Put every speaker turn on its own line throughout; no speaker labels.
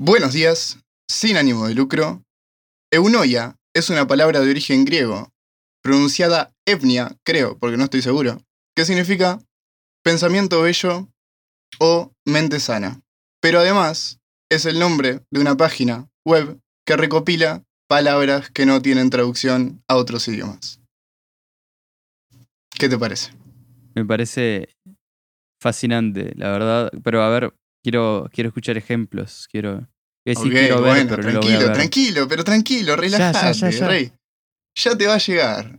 Buenos días, sin ánimo de lucro. Eunoia es una palabra de origen griego, pronunciada etnia, creo, porque no estoy seguro, que significa pensamiento bello o mente sana. Pero además es el nombre de una página web que recopila palabras que no tienen traducción a otros idiomas. ¿Qué te parece?
Me parece fascinante, la verdad. Pero a ver, quiero, quiero escuchar ejemplos. Quiero, iba a decir
Ok,
quiero ver,
bueno,
pero no lo voy a
tranquilo,
ver.
tranquilo, pero tranquilo, relájate,
ya, ya.
rey. Ya te va a llegar.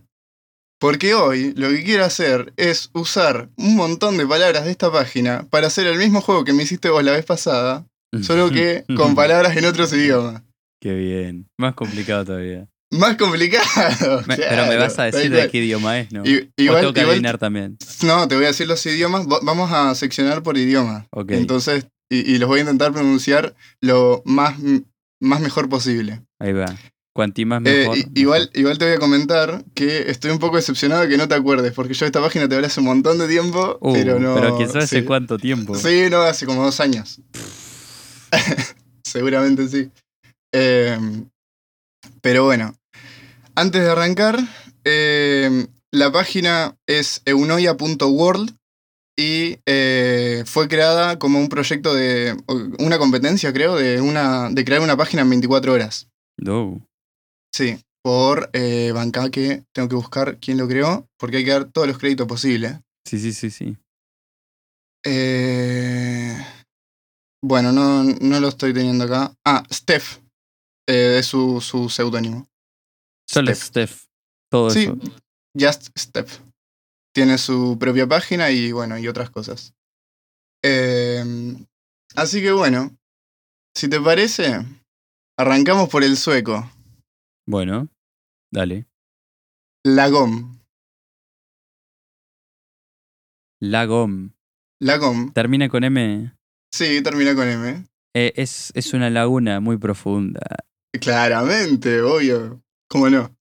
Porque hoy lo que quiero hacer es usar un montón de palabras de esta página para hacer el mismo juego que me hiciste vos la vez pasada, solo que con palabras en otros idiomas.
Qué bien. Más complicado todavía.
Más complicado.
Me- pero
claro,
me vas a decir
tal
de
cual.
qué idioma es, ¿no?
I-
o
Igual,
tengo que
igual-
adivinar también.
no, te voy a decir los idiomas, va- vamos a seccionar por idioma.
Ok.
Entonces, y, y los voy a intentar pronunciar lo más, más mejor posible.
Ahí va. Cuanti más
Eh,
mejor.
i- igual, igual te voy a comentar que estoy un poco decepcionado de que no te acuerdes, porque yo esta página te hablé hace un montón de tiempo,
Uh,
pero no.
quién sabe hace
sí.
cuánto tiempo.
Sí, no, hace como dos años. Seguramente sí. Eh, pero bueno, antes de arrancar, eh, la página es eunoia.world y eh, fue creada como un proyecto de una competencia, creo, de, una, de crear una página en 24 horas.
No.
Sí, por eh, Bancaque. Tengo que buscar quién lo creó, porque hay que dar todos los créditos posibles.
Sí, sí, sí, sí.
Eh, bueno, no, no lo estoy teniendo acá. Ah, Steph. eh, es su, su seudónimo.
Solo
Steph.
Steph. Todo
Sí,
eso.
Just Steph. Tiene su propia página y bueno, y otras cosas. Eh, así que bueno, si te parece, arrancamos por el sueco.
Bueno, dale.
Lagom.
Lagom.
Lagom.
Termina con M.
Sí, termina con M.
Eh, es, es una laguna muy profunda,
Claramente, obvio. ¿Cómo no?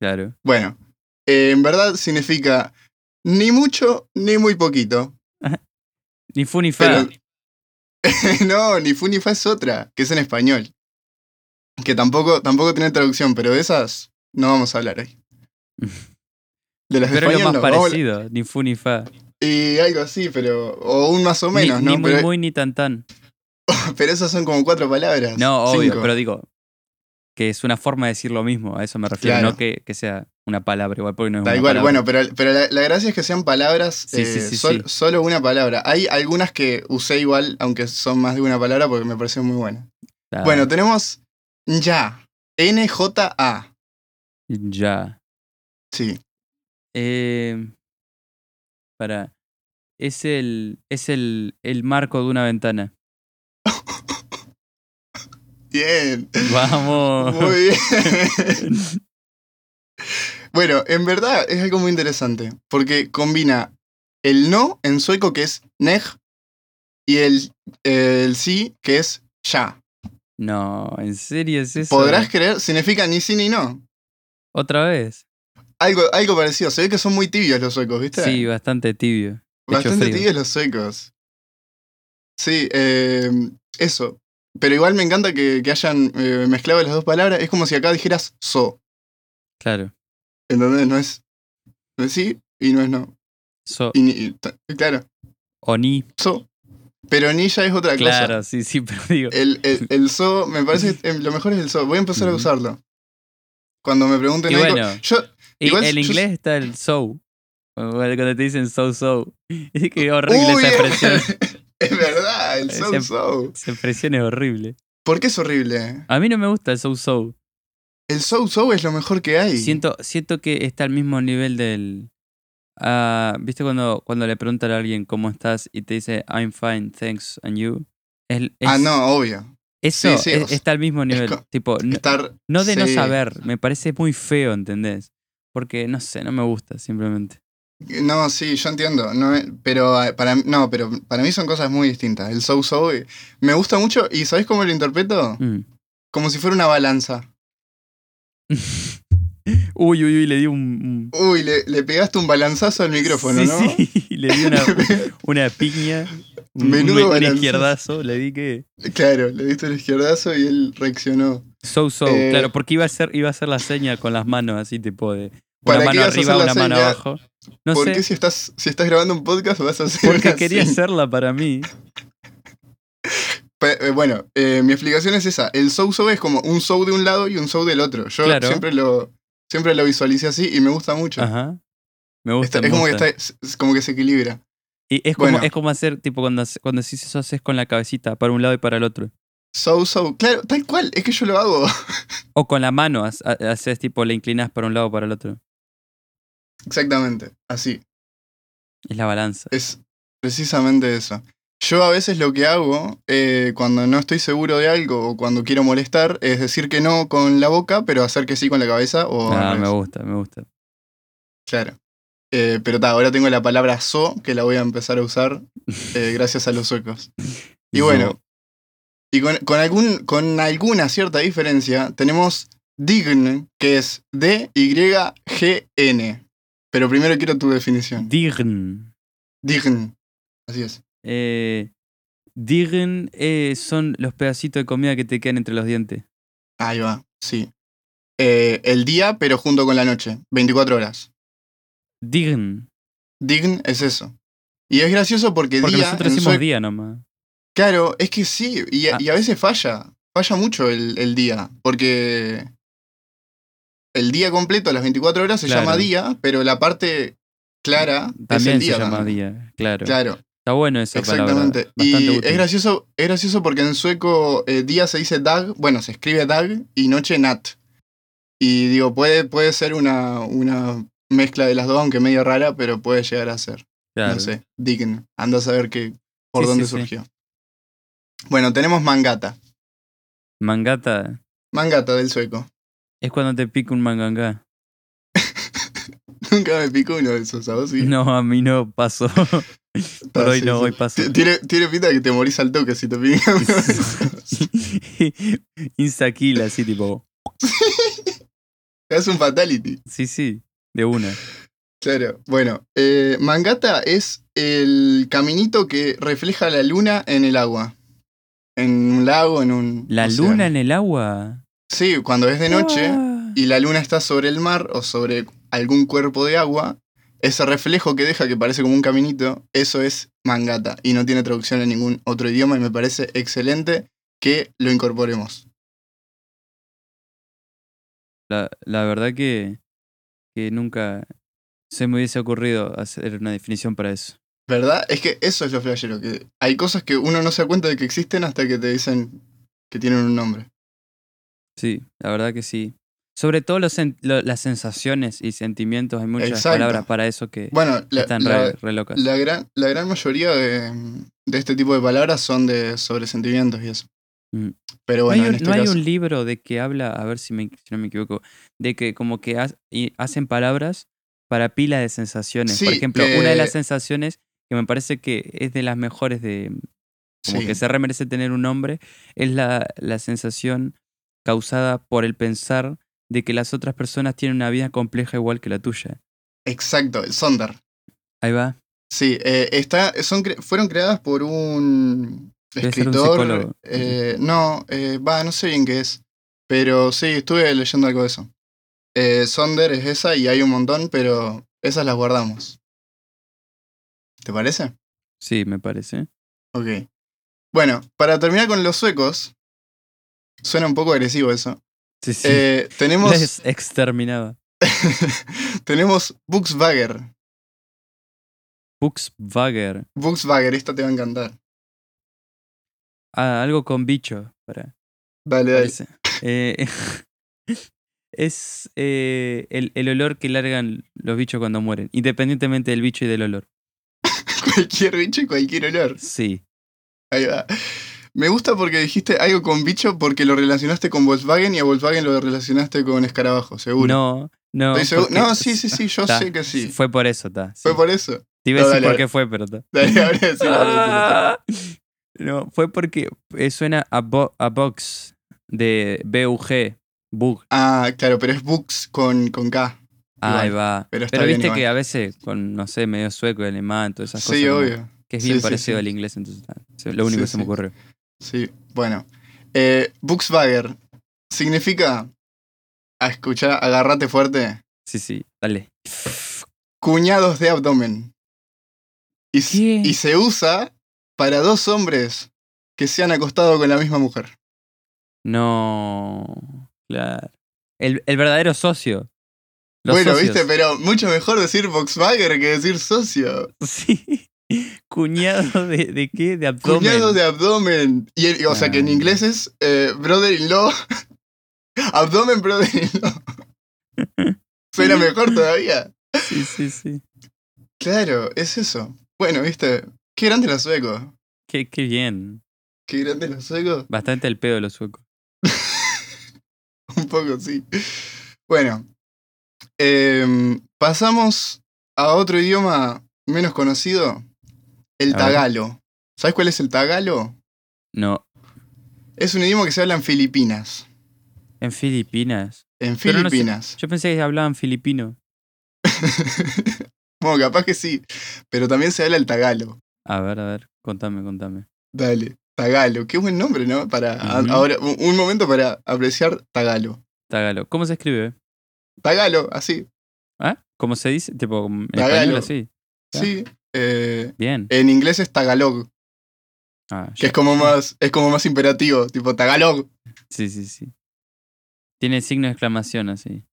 claro.
Bueno, eh, en verdad significa ni mucho ni muy poquito.
Ni fu ni fa.
Pero- no, ni fu ni fa es otra, que es en español. Que tampoco, tampoco tiene traducción, pero de esas no vamos a hablar hoy. De las de
Pero es lo
español
más
no, vamos a hablar-
parecido, ni fu ni fa.
Y algo así, pero. O un más o
Ni-
menos,
ni,
¿no?
muy
pero,
muy ni tan tan.
pero esas son como cuatro palabras.
No, obvio,
cinco.
pero digo que es una forma de decir lo mismo, a eso me refiero,
Claro.
no que, que sea una palabra igual, porque no es
Da
una
igual,
palabra.
bueno, pero, pero la, la gracia es que sean palabras,
Sí,
eh,
sí, sí,
sol-
sí.
solo una palabra. Hay algunas que usé igual, aunque son más de una palabra, porque me parecen muy buenas.
Ah,
Bueno, tenemos ya, N-J-A,
ya.
sí.
Eh, para. Es el. Es el, el marco de una ventana.
Bien,
Vamos.
muy bien. bueno, en verdad es algo muy interesante, porque combina el no en sueco, que es neg, y el, el sí, que es ya.
No, ¿en serio es eso?
¿Podrás creer? Significa ni sí ni no.
¿Otra vez?
Algo, algo parecido. Se ve que son muy tibios los suecos, ¿viste?
Sí, bastante tibio. de hecho,
Bastante
frío.
tibios los suecos. Sí, eh, eso. Pero igual me encanta que, que hayan eh, mezclado las dos palabras. Es como si acá dijeras so.
Claro.
¿Entendés? No es, no es sí y no es no.
So,
Y ni- y ta- claro,
o ni.
so. Pero ni ya es otra cosa. Eh,
Claro, sí, sí, pero digo.
El, el, el so, me parece que, eh, lo mejor es el so. Voy a empezar a
Ujú.
usarlo. Cuando me pregunten
Y
algo-
bueno.
yo,
Y
igual
en
yo-
inglés está el so. Cuando te dicen so, so. Es que es horrible
Uy, eh.
esa expresión.
es verdad, el so,
Ese-
so.
Esa expresión es horrible.
¿Por qué es horrible?
A mí no me gusta el so, so.
El so, so es lo mejor que hay.
Siento, siento que está al mismo nivel del. ah, ¿Viste cuando, cuando le preguntan a alguien cómo estás y te dice I'm fine, thanks, and you? Es-
Ah,
es-
no, obvio.
Eso
sí,
es-
o sea,
está al mismo nivel.
co-
tipo, no-
Estar.
No de no
sí.
saber, me parece muy feo, ¿entendés? Porque no sé, no me gusta simplemente.
No, sí, yo entiendo. No, eh, pero eh, para no, pero para mí son cosas muy distintas. El so so eh, me gusta mucho y ¿sabés cómo lo interpreto?
Mm.
Como si fuera una balanza.
uy, uy, uy, le di un. un-
Uy, le, le pegaste un balanzazo al micrófono,
sí,
¿no?
sí, le di una, una piña.
Menudo
un, un
balanceo.
izquierdazo, le di que.
Claro, le diste el izquierdazo y él reaccionó.
So so,
Eh,
claro, porque iba a ser, iba a hacer la seña con las manos así tipo de
¿Para
una
qué
mano
ibas a
arriba,
hacer la
una mano
seña?
abajo. No
¿Por qué
sé,
si estás, si estás grabando un podcast vas a hacer
porque
una
quería
seña?
hacerla para mí.
Pe- eh, Bueno, eh, mi explicación es esa. El so-so es como un show de un lado y un show del otro. Yo
Claro.
siempre, lo, siempre lo visualicé así y me gusta mucho.
Ajá. Me gusta,
Está-
me
es, como que
gusta.
está- es- es como que se equilibra.
Y es como,
bueno.
es como hacer, tipo, cuando, hace- cuando decís eso, haces con la cabecita, para un lado y para el otro.
So-so. Claro, tal cual. Es que yo lo hago.
O con la mano, ha- ha- haces tipo, la inclinás para un lado o para el otro.
Exactamente. Así.
Es la balanza.
Es precisamente eso. Yo a veces lo que hago eh, cuando no estoy seguro de algo o cuando quiero molestar es decir que no con la boca, pero hacer que sí con la cabeza o... al
Ah,
revés.
me gusta, me gusta.
Claro. Eh, pero ta, ahora tengo la palabra so que la voy a empezar a usar eh, gracias a los suecos. Y bueno, y con, con algún, con alguna cierta diferencia tenemos dign, que es D-Y-G-N. Pero primero quiero tu definición.
Dign.
Dign. Así es.
Eh, dign eh, son los pedacitos de comida que te quedan entre los dientes.
Ahí va, sí. Eh, el día, pero junto con la noche. 24 horas.
Dign.
Dign es eso. Y es gracioso porque,
Porque
día.
nosotros
en
decimos
sueco-
día nomás.
Claro, es que sí, y, a-
Ah.
y a veces falla, falla mucho el, el día, porque el día completo, las 24 horas, se
Claro.
llama día, pero la parte clara es
También
el
se
día.
llama
también.
día, claro.
Claro,
Está bueno esa
exactamente.
palabra. Bastante
y
útil.
es gracioso, es gracioso porque en sueco eh, día se dice dag, bueno, se escribe dag y noche nat. Y digo, puede, puede ser una, una mezcla de las dos, aunque medio rara, pero puede llegar a ser.
Claro.
No sé, digno. Anda a saber qué, por
Ah, Sí,
dónde
sí, sí.
surgió. Bueno, tenemos mangata.
Mangata
Mangata del sueco.
es cuando te pica un mangangá.
Nunca me picó uno de esos, ¿a vos sí?
No, a mí no pasó.
Ah,
Por hoy
sí,
no,
sí.
hoy pasó.
T- Tiene, tiene pinta de que te morís al toque si te pica uno de esos.
Insaquila, así tipo.
Es un fatality.
Sí, sí, de una.
Claro. Bueno, eh, mangata es el caminito que refleja la luna en el agua. En un lago, en un.
La
océano.
luna en el agua.
Sí, cuando es de noche.
Ah.
y la luna está sobre el mar o sobre algún cuerpo de agua, ese reflejo que deja que parece como un caminito, eso es mangata y no tiene traducción en ningún otro idioma y me parece excelente que lo incorporemos.
La, la verdad que, que nunca se me hubiese ocurrido hacer una definición para eso.
¿Verdad? Es que eso es lo flashero, que hay cosas que uno no se da cuenta de que existen hasta que te dicen que tienen un nombre.
Sí, la verdad que sí. Sobre todo los sen- lo- las sensaciones y sentimientos, hay muchas
Exacto.
palabras para eso que
Bueno, la,
están
la-
re, re locas.
la gran, la gran mayoría de, de este tipo de palabras son de sobre sentimientos y eso.
Mm.
Pero
¿No
bueno, en
hay, un,
este
no hay
caso...
un libro de que habla, a ver si, me, si no me equivoco, de que como que ha- y hacen palabras para pila de sensaciones? Por
Sí,
ejemplo, una de
eh,
las sensaciones que me parece que es de las mejores de, como
sí.
que se re merece tener un nombre, es la, la sensación causada por el pensar de que las otras personas tienen una vida compleja igual que la tuya.
Exacto, el Sonder.
Ahí va.
Sí, eh, está, son cre- fueron creadas por un
Debe ser un
escritor.
psicólogo.
eh, no, eh, va, no sé bien qué es. Pero sí, estuve leyendo algo de eso. Eh, Sonder es esa y hay un montón, pero esas las guardamos. ¿Te parece?
Sí, me parece.
Ok. Bueno, para terminar con los suecos, suena un poco agresivo eso.
Sí, sí.
Eh, tenemos,
Les exterminaba.
tenemos Buxbagger.
Buxvager.
Buxbagger, esta te va a encantar.
Ah, algo con bicho. Para,
Dale, dale.
parece. Eh, es eh, el, el olor que largan los bichos cuando mueren, independientemente del bicho y del olor.
Cualquier bicho y cualquier olor.
Sí.
Ahí va. Me gusta porque dijiste algo con bicho porque lo relacionaste con Volkswagen y a Volkswagen lo relacionaste con escarabajo, seguro.
No, no.
Estoy seguro-
porque-
no, sí, sí, sí, yo
Ta,
sé que sí.
Fue por eso, está.
Fue por eso.
Te iba a
No,
decir
dale,
por
dale.
qué fue, pero ta.
Dale, ahora sí, ahora sí.
Ah. No, fue porque eh, suena a, bo- a box de BUG, bug.
Ah, claro, pero es Books con, con K.
Ahí
Igual,
va.
pero está
Pero
bien
viste
igual.
que a veces con, no sé, medio sueco, alemán, todas esas cosas.
Sí,
¿no?
obvio.
que es
Sí,
bien
sí,
parecido
sí.
al inglés, entonces ah, se- lo único
Sí,
que se me
sí.
ocurrió.
Sí, bueno. Eh, Buxbagger significa. A escuchar, agarrate fuerte.
Sí, sí, dale.
Cuñados de abdomen. Y, s-
¿Qué?
y se usa para dos hombres que se han acostado con la misma mujer.
No. Claro. El, el verdadero socio. Los
bueno,
socios.
viste, pero mucho mejor decir Volkswagen que decir socio.
Sí. Cuñado de, de qué? De abdomen.
Cuñado de abdomen. Y, el- o sea que en
Ah.
inglés es eh, brother-in-law. abdomen brother-in-law. Suena mejor todavía.
Sí, sí, sí.
Claro, es eso. Bueno, viste, qué grande los suecos.
Qué, qué bien.
Qué grande los suecos.
Bastante el pedo de los suecos.
Un poco, sí. Bueno, em, pasamos a otro idioma menos conocido, el
A ver.
tagalo. ¿Sabes cuál es el tagalo?
No.
Es un idioma que se habla en Filipinas.
En Filipinas.
En
Pero no sé-
Filipinas.
Yo pensé que hablaban filipino.
bueno, capaz que sí. Pero también se habla el tagalo.
A ver, a ver. Contame, contame.
Dale. Tagalo. Qué buen nombre, ¿no? Para a-
Ujú.
ahora, un, un momento para apreciar tagalo.
Tagalo. ¿Cómo se escribe?
Tagalo, así.
¿Ah? ¿Cómo se dice? Tipo, como en
Tagalo.
español así. Ya.
Sí. eh,
Bien.
en inglés es tagalog,
Ah,
que
ya.
es como más, es como más imperativo, tipo tagalog.
Sí, sí, sí. Tiene signo de exclamación así.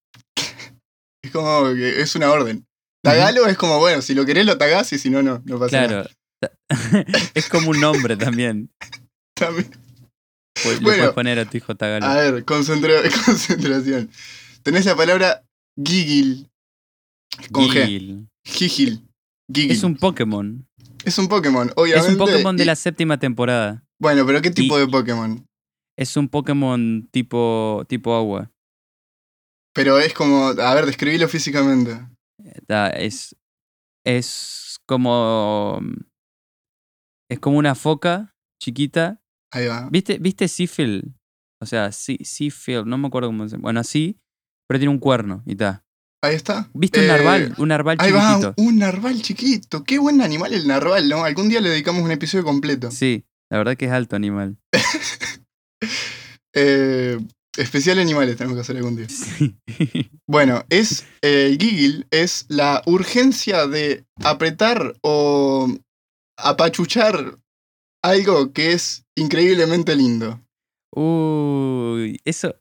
Es como que es una orden. Tagalo es como, bueno, si lo querés lo tagaz y si no, no, no pasa nada.
Claro. Ta- es como un nombre también.
También-
Pu- Le
Bueno.
puedes poner a tu hijo Tagalo.
A ver, concentra- concentración. Tenés la palabra gigil. Con G.
Gil.
Gigil. Gigil.
Es un Pokémon.
Es un Pokémon,
Es
obviamente.
un Pokémon de
y-
la séptima temporada.
Bueno, pero ¿qué tipo
y-
de Pokémon?
Es un Pokémon tipo, tipo agua.
Pero es como. A ver, describilo físicamente.
Da- Es, es como. mm, Es como una foca chiquita.
Ahí va.
¿Viste, viste Seafield? O sea, sí- Seafield, no me acuerdo cómo se Bueno, así, pero tiene un cuerno y está.
Ahí está.
¿Viste un
Eh,
narval? Un narval
Ahí va,
chiquitito.
un narval chiquito. Qué buen animal el narval, ¿no? Algún día le dedicamos un episodio completo.
Sí, la verdad que es alto animal.
Eh, especial animales tenemos que hacer algún día.
Sí.
Bueno, es eh, el giggle es la urgencia de apretar o apachuchar algo que es increíblemente lindo.
Uy, eso.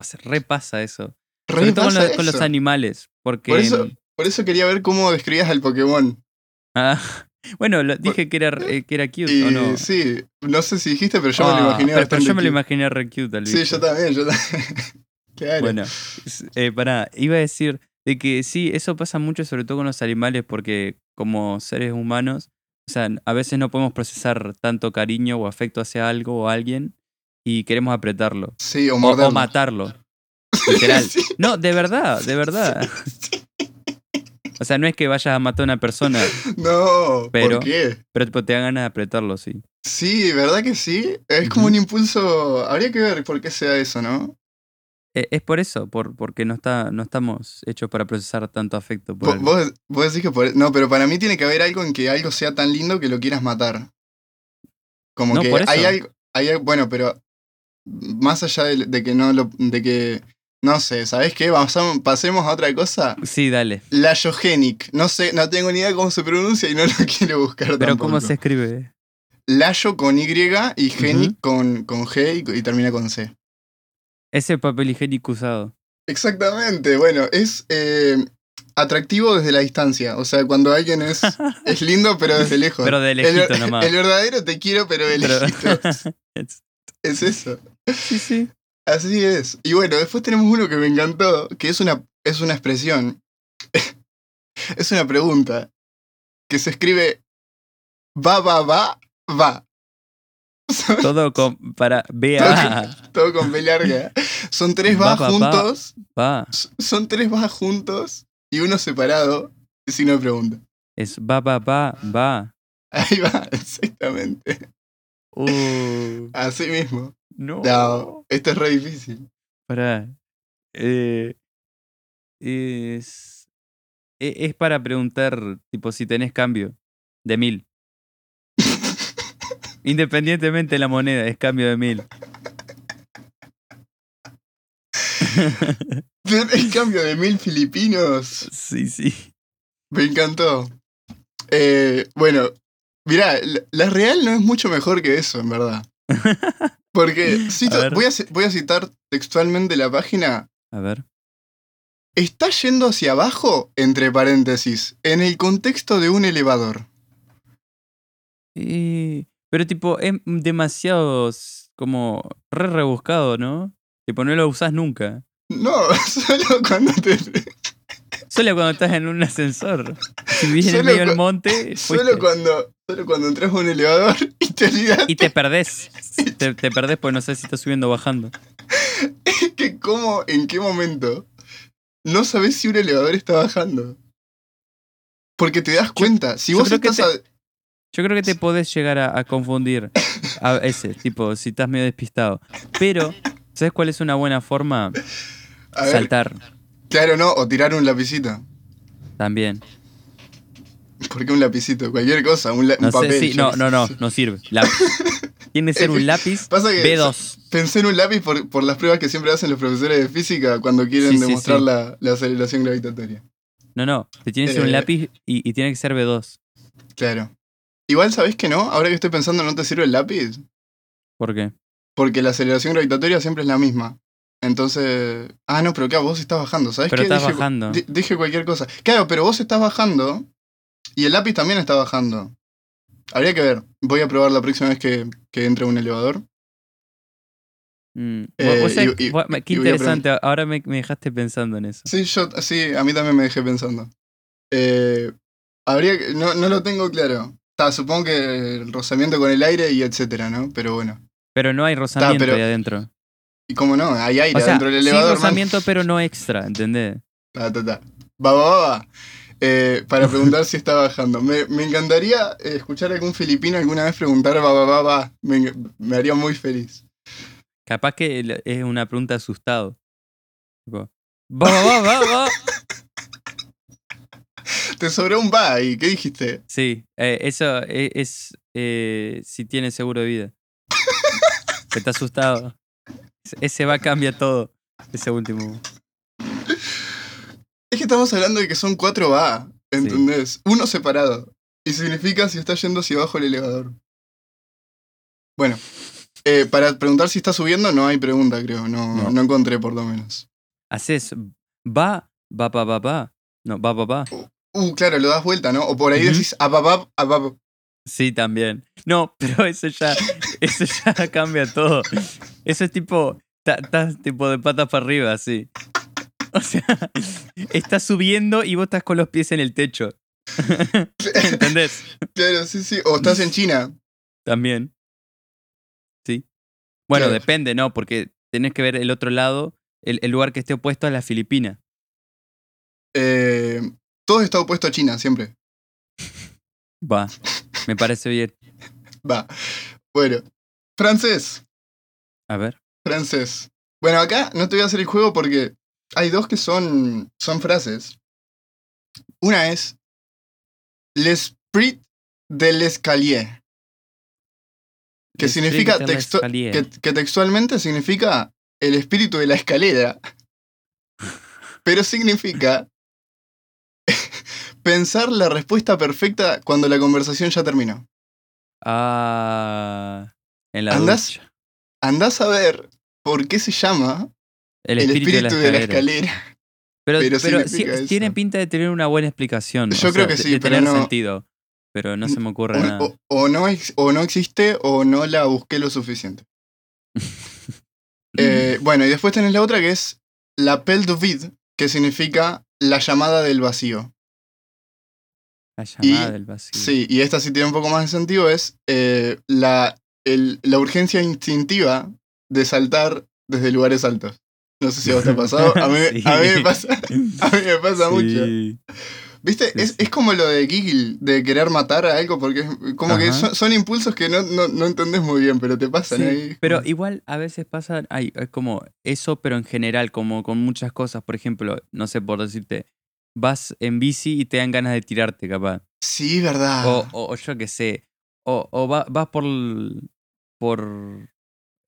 O sea, repasa eso.
Re
Sobre todo con,
pasa
lo- con los
eso.
animales. Porque.
Por eso- Por eso quería ver cómo describías al Pokémon.
Ah, bueno, lo- dije que era, eh, que era cute,
Y
¿o no?
sí, no sé si dijiste, pero yo me
Ah,
lo imaginé.
pero, pero
bastante
yo me
cute.
lo imaginé re cute al
Sí,
bicho.
yo también, yo también. claro.
Bueno, s- eh, pará, iba a decir de que sí, eso pasa mucho, sobre todo con los animales, porque como seres humanos, o sea, n- a veces no podemos procesar tanto cariño o afecto hacia algo o alguien y queremos apretarlo.
sí, o
O, o
morderlo.
matarlo. Literal.
Sí.
No, de verdad, de verdad. O sea, no es que vayas a matar a una persona,
No,
Pero-
¿por qué?
pero tipo, te dan ganas de apretarlo, sí.
Sí, ¿verdad que sí? Es como
Ujú.
un impulso. Habría que ver por qué sea eso, ¿no?
E- Es por eso, por, porque no, está, no estamos hechos para procesar tanto afecto. Por
Vo-
algo.
Vos, vos decís que por... e-, No, pero para mí tiene que haber algo en que algo sea tan lindo que lo quieras matar. Como
No,
que
por eso.
hay algo... Hay algo... Bueno, pero más allá de, de que no lo... De que... No sé, ¿sabés qué? Vamos a- pasemos a otra cosa.
Sí, dale.
La Yogenic. No sé, no tengo ni idea cómo se pronuncia y no lo quiero buscar
Pero
tampoco.
¿cómo se escribe?
Layo con Y y Genic con, con G y, y termina con C.
Ese papel higiénico usado.
Exactamente, bueno, es eh, atractivo desde la distancia. O sea, cuando alguien es, es lindo, pero desde lejos.
Pero de
El-
lejito nomás.
El verdadero te quiero, pero de
Pero-
lejitos. es eso.
sí, sí.
Así es. Y bueno, después tenemos uno que me encantó, que es una, es una expresión. es una pregunta. Que se escribe va, va, va, va.
Todo con, para BA.
Todo con B larga. Son tres va,
Va, va, va.
juntos.
Va.
s- Son tres va juntos y uno separado. Signo de pregunta.
Es va, va, va, va.
Ahí va, exactamente.
Uh,
Así mismo.
no. Oh.
No, esto es re difícil.
Pará. Eh, es, e- es para preguntar, tipo, si tenés cambio de mil. Independientemente de la moneda, es cambio de mil.
El cambio de mil filipinos.
Sí, sí.
Me encantó. Eh, bueno, mirá, la- la real no es mucho mejor que eso, en verdad. Porque cito-
A ver.
voy, a, ci- voy a citar textualmente la página.
A ver.
Está yendo hacia abajo, entre paréntesis, en el contexto de un elevador.
Y- Pero tipo, es demasiado s- como re rebuscado, ¿no? Tipo, no lo usás nunca.
No, solo cuando te.
Solo cuando estás en un ascensor. Si vivís en el
Solo
medio del
cu-
monte,
Solo
fuiste.
cuando, solo cuando entras a un elevador y te olvidas
y te perdés. Te, te perdés porque no sabes si estás subiendo o bajando.
que cómo, en qué momento. No sabes si un elevador está bajando. Porque te das cuenta. Si
yo
vos
creo que
estás
te-
a-
Yo creo que te podés llegar a, a confundir a ese, tipo, si estás medio despistado. Pero, ¿sabes cuál es una buena forma?
a, ver,
Saltar
claro, no, o tirar un lapicito.
también.
¿Por qué un lapicito? Cualquier cosa, un, la- un
No
papel.
sé si.
yo
No,
qué
no,
sé.
no, no sirve. Lápiz. Tiene que ser un lápiz
Pasa que
B2.
pensé en un lápiz por, por las pruebas que siempre hacen los profesores de física cuando quieren
Sí, sí,
demostrar
sí.
La, la aceleración gravitatoria.
No, no. Te tiene que ser
Eh.
un lápiz y, y tiene que ser B2.
Claro. Igual, ¿sabés que no? Ahora que estoy pensando, ¿no te sirve el lápiz?
¿Por qué?
Porque la aceleración gravitatoria siempre es la misma. Entonces. Ah, no, pero claro, vos estás bajando, ¿sabés
Pero
qué?
estás
Dije-
bajando.
di- dije cualquier cosa. Claro, pero vos estás bajando y el lápiz también está bajando. Habría que ver. Voy a probar la próxima vez que, que entre a un elevador.
Mm.
Eh,
Vos sabés-
y- y-
vos- qué
y voy a
interesante. Ahora me, me dejaste pensando en eso.
Sí, yo, sí, a mí también me dejé pensando. Eh, habría que, no, no lo tengo claro. Ta, supongo que el rozamiento con el aire y etcétera, ¿no? Pero bueno.
Pero no hay rozamiento
pero-
ahí adentro.
Y cómo no, hay aire
O sea,
dentro del
sí
elevador. man.
rozamiento, pero no extra, ¿entendés?
Ta, ta, ta. Va, va, va, va. Eh, para preguntar si está bajando. Me, me encantaría eh, escuchar a algún filipino alguna vez preguntar va, va, va, va. Me, enc- me haría muy feliz.
Capaz que la- es una pregunta asustado. Tipo, Va, va, va, va, va.
Te sobró un va ahí, ¿qué dijiste?
Sí, eh, eso e- es, eh, si tiene seguro de vida. Está asustado. Ese- Ese va cambia todo. Ese último.
Es que estamos hablando de que son cuatro va, ¿entendés? Uno separado. Y significa si está yendo hacia abajo el elevador. Bueno, eh, para preguntar si está subiendo no hay pregunta, creo. No,
No.
no. encontré, por lo menos.
Haces va, va, va, va, va. No, va, va, va.
Uh, claro, lo das vuelta, ¿no? O por ahí
Ujú.
decís "Ah, ababab, abab.
Sí, también. No, pero eso ya, eso ya cambia todo. Eso es tipo, ta- estás tipo de patas para arriba, así. O sea, estás subiendo y vos estás con los pies en el techo. ¿Entendés?
Claro, sí, sí. O estás en China.
También. Sí. Bueno,
Claro.
depende, ¿no? Porque tenés que ver el otro lado, el, el lugar que esté opuesto a la Filipina.
Eh, todo está opuesto a China, siempre.
Va, me parece bien.
Va. Bueno. Francés.
A ver.
Francés. Bueno, acá no te voy a hacer el juego porque hay dos que son, son frases. Una es L'esprit de l'escalier. Que
Les
significa
Trinité
texto-
l'escalier.
Que, que textualmente significa el espíritu de la escalera. Pero significa pensar la respuesta perfecta cuando la conversación ya terminó.
Ah, en la
¿Andás?
ducha.
Andás a ver por qué se llama
El
el
espíritu, de la escalera.
escalera.
Pero,
Pero
pero sí-
significa eso.
tiene pinta de tener una buena explicación.
Yo
o
creo
sea,
que
de-
sí,
de
pero
tener
no-
sentido. Pero no se me ocurre
O-
nada.
O, o no ex- o no existe o no la busqué lo suficiente. Eh, bueno, y después tenés la otra que es la pelle du vide, que significa la llamada del vacío.
la llamada
y-
del vacío.
Sí, y esta sí tiene un poco más de sentido, es eh, la, el- la urgencia instintiva de saltar desde lugares altos. No sé si a vos te ha pasado, a mí,
Sí.
a mí me pasa, a mí me pasa mucho.
Sí.
¿Viste?
Sí,
es,
sí.
es como lo de Giggle, de querer matar a algo, porque es como que
Ajá.
son, son impulsos que no, no, no entendés muy bien, pero te pasan
Sí,
ahí.
Pero igual a veces pasa, hay, es como eso, pero en general, como con muchas cosas. Por ejemplo, no sé, por decirte, vas en bici y te dan ganas de tirarte, capaz.
Sí, verdad.
O, o- o yo qué sé, o, o va- vas por, l- por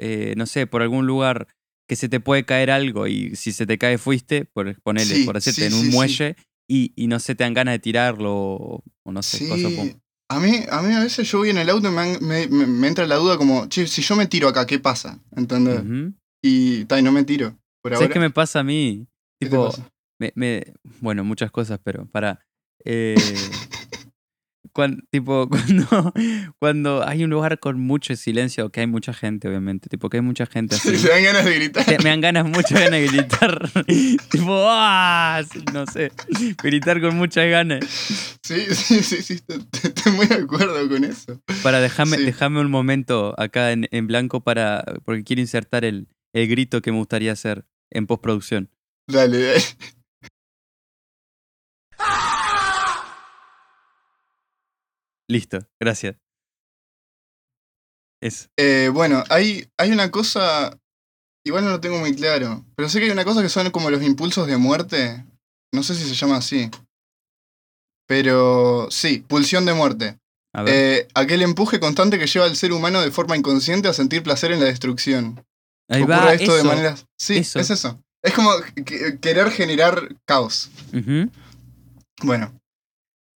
eh, no sé, por algún lugar que se te puede caer algo y si se te cae fuiste, por ponerle,
Sí,
por decirte,
sí,
en un
sí, sí.
muelle y, y no sé, te dan ganas de tirarlo o, o no sé, cosas como-
Sí. A mí, a mí a veces yo voy en el auto y me, han- me- me- me entra la duda como, che, si yo me tiro acá, ¿qué pasa? ¿Entendés?
Ujú.
Y ta, y no me tiro. Por
¿Sabes
ahora.
qué me pasa a mí?
¿Qué te
Tipo,
pasa?
me, me- bueno, muchas cosas, pero para. eh, cuan- tipo, cuando, cuando hay un lugar con mucho silencio, que hay mucha gente, obviamente, tipo, que hay mucha gente así.
Te dan ganas de gritar.
te- me dan ganas mucho ganas de gritar. tipo, ¡ah! No sé. Gritar con muchas ganas.
Sí, sí, sí, sí. te- te- Estoy muy de acuerdo con eso.
Para, déjame
Sí.
déjame un momento acá en, en blanco para. Porque quiero insertar el, el grito que me gustaría hacer en postproducción.
Dale, dale.
Listo, gracias. Eso.
Eh, bueno, hay, hay una cosa. Igual no lo tengo muy claro. Pero sé que hay una cosa que son como los impulsos de muerte. No sé si se llama así. Pero sí, pulsión de muerte.
A ver.
Eh, aquel empuje constante que lleva al ser humano de forma inconsciente a sentir placer en la destrucción.
Ahí
Ocurre
va,
esto de
eso.
maneras. Sí,
eso.
es eso. Es como que- querer generar caos.
Ujú.
Bueno,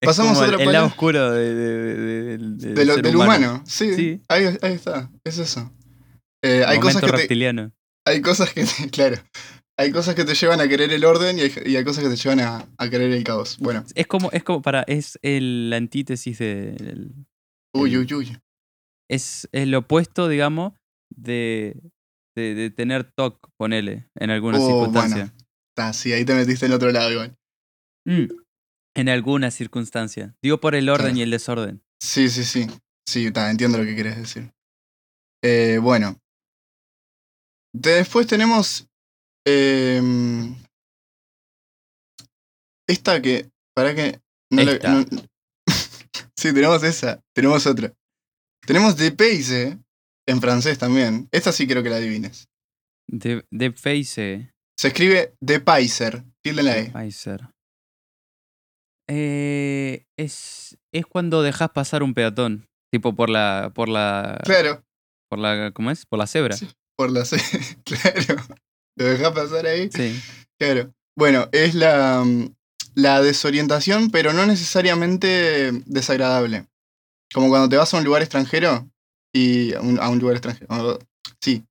Es
Pasamos
como
a
el-
otra
el, lado
palabra.
oscuro de- de- de- del- del
de lo-
ser
del humano. Sí,
Sí.
Ahí, ahí está. Es eso. Eh, hay
Momento
cosas que te,
reptiliano.
hay cosas que te, claro, hay cosas que te llevan a querer el orden y hay, y hay cosas que te llevan a, a querer el caos. Bueno,
Es como, es como, para, es el, la antítesis de. el-
uy, uy, uy.
es el opuesto, digamos, de, de, de tener TOC, ponele, en alguna
Oh,
circunstancia.
Ah, sí, ahí te metiste en otro lado igual.
Mm. En alguna circunstancia. Digo por el orden
Claro.
y el desorden.
Sí, sí, sí. Sí, ta, entiendo lo que querés decir. Eh, bueno. Después tenemos. em, esta que. Para que. No la-
Esta.
no- sí, tenemos esa. Tenemos otra. Tenemos de Paise. En francés también. Esta sí creo que la adivines.
De, de Face.
Se escribe de Paiser. Tilde en la E.
Ay, ser. Eh, es, es cuando dejas pasar un peatón. Tipo por la. por la.
Claro.
Por la. ¿Cómo es? Por la cebra.
Sí. Por la C. claro. Lo dejás pasar ahí.
Sí.
Claro. Bueno, es la, mm, la desorientación, pero no necesariamente desagradable. Como cuando te vas a un lugar extranjero y a un, a un lugar extranjero. a- Sí.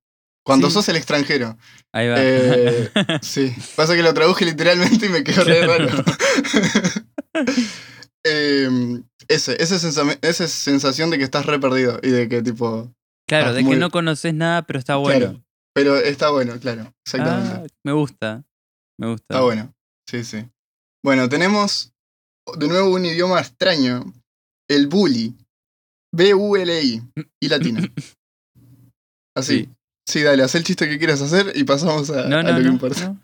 Cuando
Sí.
sos el extranjero.
Ahí va.
Eh, Sí. Pasa que lo traduje literalmente y me quedó re
Claro.
raro. Em, ese, ese sensame- esa sensación de que estás re perdido y de que tipo.
claro,
ah,
de
muy-
que no conoces nada, pero está bueno.
Pero está bueno, claro. Exactamente.
Ah, me gusta. Me gusta.
Está bueno. Sí, sí. Bueno, tenemos de nuevo un idioma extraño. El bully. B-U-L-I. Y latina. Así.
Sí.
Sí. dale, haz el chiste que quieras hacer y pasamos a,
No,
a
no,
lo que
no,
importa.
no,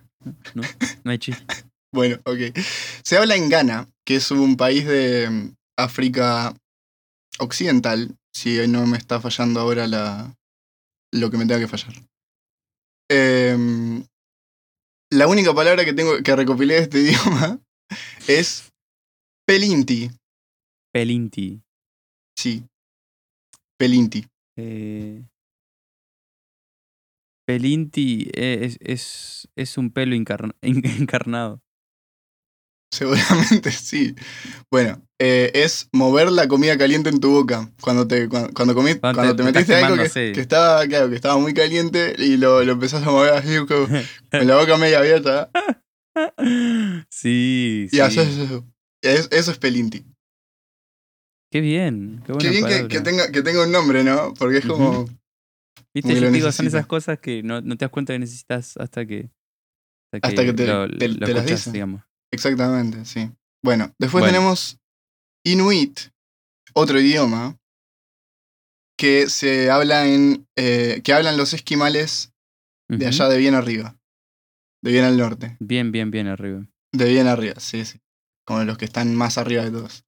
no, no, no hay chiste.
Bueno, ok. Se habla en Ghana, que es un país de mm, África Occidental. Si no me está fallando ahora la, lo que me tenga que fallar. Em, la única palabra que tengo que recopilé de este idioma es pelinti.
Pelinti.
Sí. Pelinti.
Eh, Pelinti eh, es, es, es un pelo encarna- encarnado.
Seguramente sí. Bueno, eh, es mover la comida caliente en tu boca. Cuando te, cuan- cuando, comí-
Cuando
cuando, te,
te- te
metiste
estás
algo que,
quemando, sí.
que estaba, claro, que estaba muy caliente y lo, lo empezás a mover así como- con la boca media abierta. ¿eh?
sí,
Y
sí.
haces eso. Es- eso es pelinti.
Qué bien, qué buena
Qué bien que,
palabra.
que tenga, que tenga un nombre, ¿no? Porque es como.
Viste,
como que
yo
lo
te digo, son
necesita.
esas cosas que no, no te das cuenta que necesitas hasta que.
Hasta que te-
lo,
te-
lo
te las
escuchas,
dicen.
digamos.
Exactamente, sí. Bueno, después
Bueno.
tenemos Inuit, otro idioma que se habla en. eh, que hablan los esquimales de
Ujú.
allá de bien arriba. De bien al norte.
Bien, bien, bien arriba. Ujú.
De bien arriba, sí, sí. Como los que están más arriba de todos.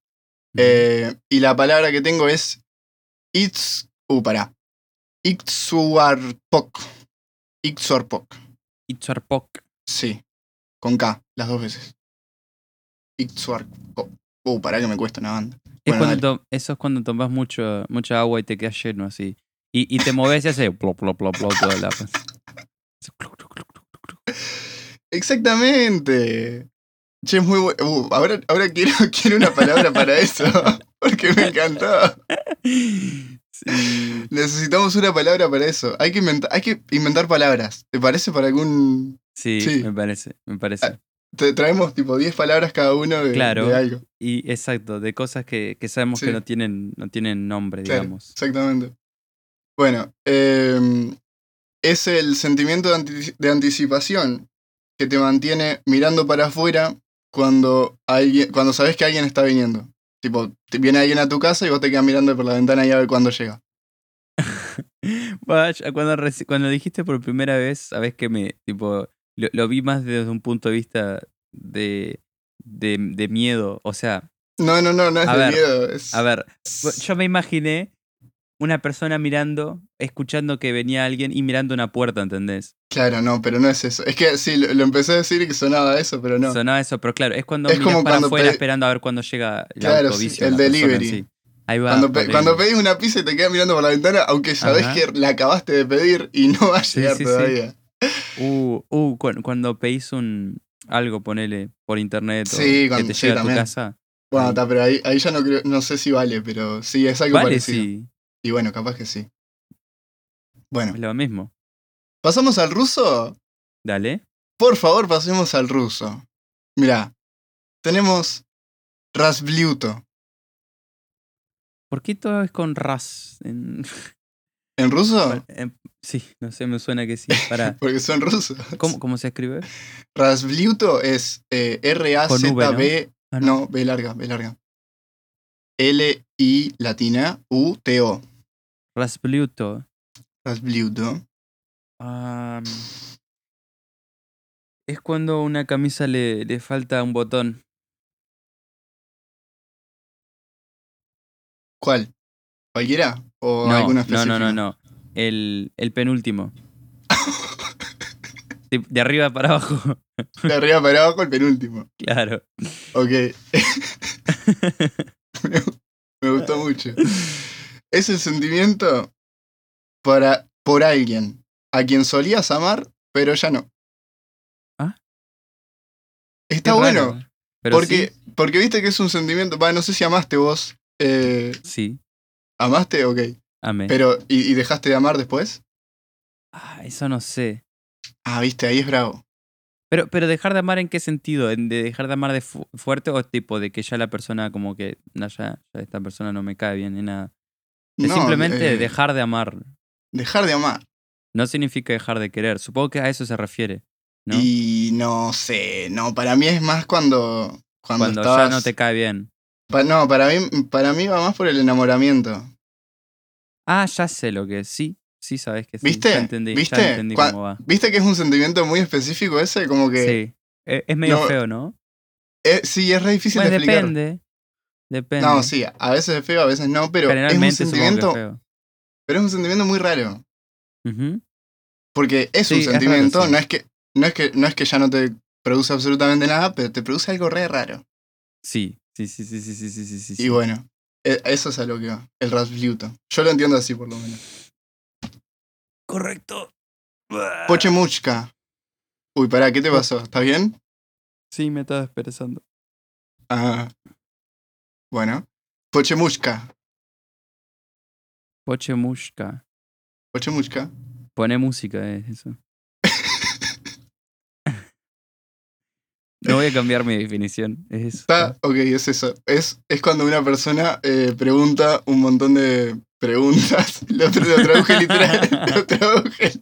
Eh, y la palabra que tengo es Itz. Uh, pará. Ixuarpoc. Ixuarpoc.
Itzuarpoc.
Sí. Con K, las dos veces. Ixuarpoc. Uh, pará que me cuesta una banda.
Es
Bueno,
cuando to- eso es cuando tomas mucho, mucha agua y te quedas lleno así. Y, y te moves y hace plop, plop, plop, plop todo el agua. Hace cluc, cluc, cluc, cluc, cluc.
Exactamente. Che, es muy bueno. ahora ahora quiero, quiero una palabra para eso. Porque me encantó.
Sí,
Necesitamos una palabra para eso. Hay que, inventa- hay que inventar palabras. ¿Te parece para algún.?
sí,
Sí. Ah.
me parece, me parece.
Te traemos tipo 10 palabras cada uno de,
Claro.
de algo.
Y exacto, de cosas que, que sabemos
Sí.
que no tienen, no tienen nombre,
Claro.
digamos.
Exactamente. Bueno, eh, es el sentimiento de, anti- de anticipación que te mantiene mirando para afuera cuando, alguien, cuando sabes que alguien está viniendo. Tipo, te- viene alguien a tu casa y vos te quedas mirando por la ventana y a ver cuándo llega.
Bah, ya cuando, reci- cuando dijiste por primera vez, sabes que me, tipo, lo, lo vi más desde un punto de vista de, de, de miedo. O sea,
No, no, no, no es
A
de
ver,
miedo. es-
a ver, yo me imaginé una persona mirando, escuchando que venía alguien y mirando una puerta, ¿entendés?
Claro, no, pero no es eso. Es que sí, lo, lo empecé a decir y que sonaba eso, pero no.
Sonaba eso, pero claro, es cuando
Es
mirás
como
para
cuando
afuera
pedí-
esperando a ver cuándo llega el
Claro,
autobús
sí,
o
el
la persona en
delivery.
sí. Ahí va.
Cuando, pe-
ponele.
cuando pedís una pizza y te quedas mirando por la ventana, aunque sabés
Ajá.
que la acabaste de pedir y no va a
Sí,
llegar
sí, sí.
todavía.
Uh, uh, cu- cuando pedís un algo, ponele, por internet o
Sí,
que
cuando-
te
sí,
llega a tu
también.
casa.
Bueno,
Ahí.
ta, pero ahí, ahí ya no creo, no sé si vale, pero sí, es algo
Vale,
parecido.
sí,
Y bueno, capaz que sí. Bueno,
es lo mismo.
¿pasamos al ruso?
Dale.
Por favor, pasemos al ruso. Mirá, tenemos Rasbliuto.
¿Por qué todo es con ras? En-
¿En ruso?
pa- en- sí, no sé, me suena que sí. Para,
Porque son rusos.
¿cómo, cómo se escribe?
Rasbliuto es eh,
Con
R-A-Z-B.
V, Ah, no.
No, B larga, B larga. L-I latina U-T-O.
Raspliuto.
Rasbliuto.
Am, es cuando una camisa le, le falta un botón.
¿Cuál? ¿Cualquiera? ¿O
No,
alguna
no, no,
específica?
no, no. El, el penúltimo. Sí, De arriba para abajo.
De arriba para abajo, el penúltimo.
Claro.
Ok. Me gustó mucho. Es el sentimiento para, por alguien a quien solías amar, pero ya no.
Ah.
Está
Qué
bueno,
raro, ¿eh? Pero
porque, porque viste que es un sentimiento. Va, no sé si amaste vos. eh,
sí, sí,
¿Amaste? Ok.
amén.
Pero, ¿y, y dejaste de amar después?
Ah, eso no sé.
Ah, viste, ahí es bravo.
Pero, pero dejar de amar en qué sentido? ¿En de dejar de amar de fu- fuerte o tipo de que ya la persona como que no, ya, ya esta persona no me cae bien ni nada? Es
No,
simplemente
eh,
dejar de amar.
dejar de amar.
No significa dejar de querer. Supongo que a eso se refiere. ¿No?
Y no sé, no, para mí es más cuando. Cuando,
Cuando
estabas-
ya no te cae bien.
Pa- no, para mí, para mí va más por el enamoramiento.
Ah, ya sé lo que es. Sí, sí sabes que sí.
¿Viste?
Ya entendí, ya
¿Viste?
entendí
Cua-
cómo va.
¿Viste que es un sentimiento muy específico ese? Como que. Sí,
Sí. E- Es medio
No,
feo, ¿no?
es, sí, es re difícil
Bueno,
de explicar.
depende. Depende.
No, sí, a veces es feo, a veces no, pero es un
Generalmente supongo que
sentimiento.
es feo.
Pero es un sentimiento muy raro.
Ujú.
Porque es un
Sí, es raro,
sentimiento,
sí.
no es que, no es que, no es que ya no te produce absolutamente nada, pero te produce algo re raro.
Sí, sí, sí, sí, sí, sí, sí, sí, sí,
Y
sí.
bueno, e- eso es a lo que va, el rasbliuto. Yo lo entiendo así por lo menos.
Correcto.
Pochemuchka. Uy, pará, ¿qué te pasó? ¿Estás bien?
Sí, me estaba esperando.
Ah. Bueno. Pochemuchka.
Pochemushka.
Pochemuchka.
Pone música, es eso. no voy a cambiar mi definición. Es eso.
Está, ok, es eso. Es, es cuando una persona eh, pregunta un montón de preguntas. Lo, tra- lo traduje literal. lo, traduje,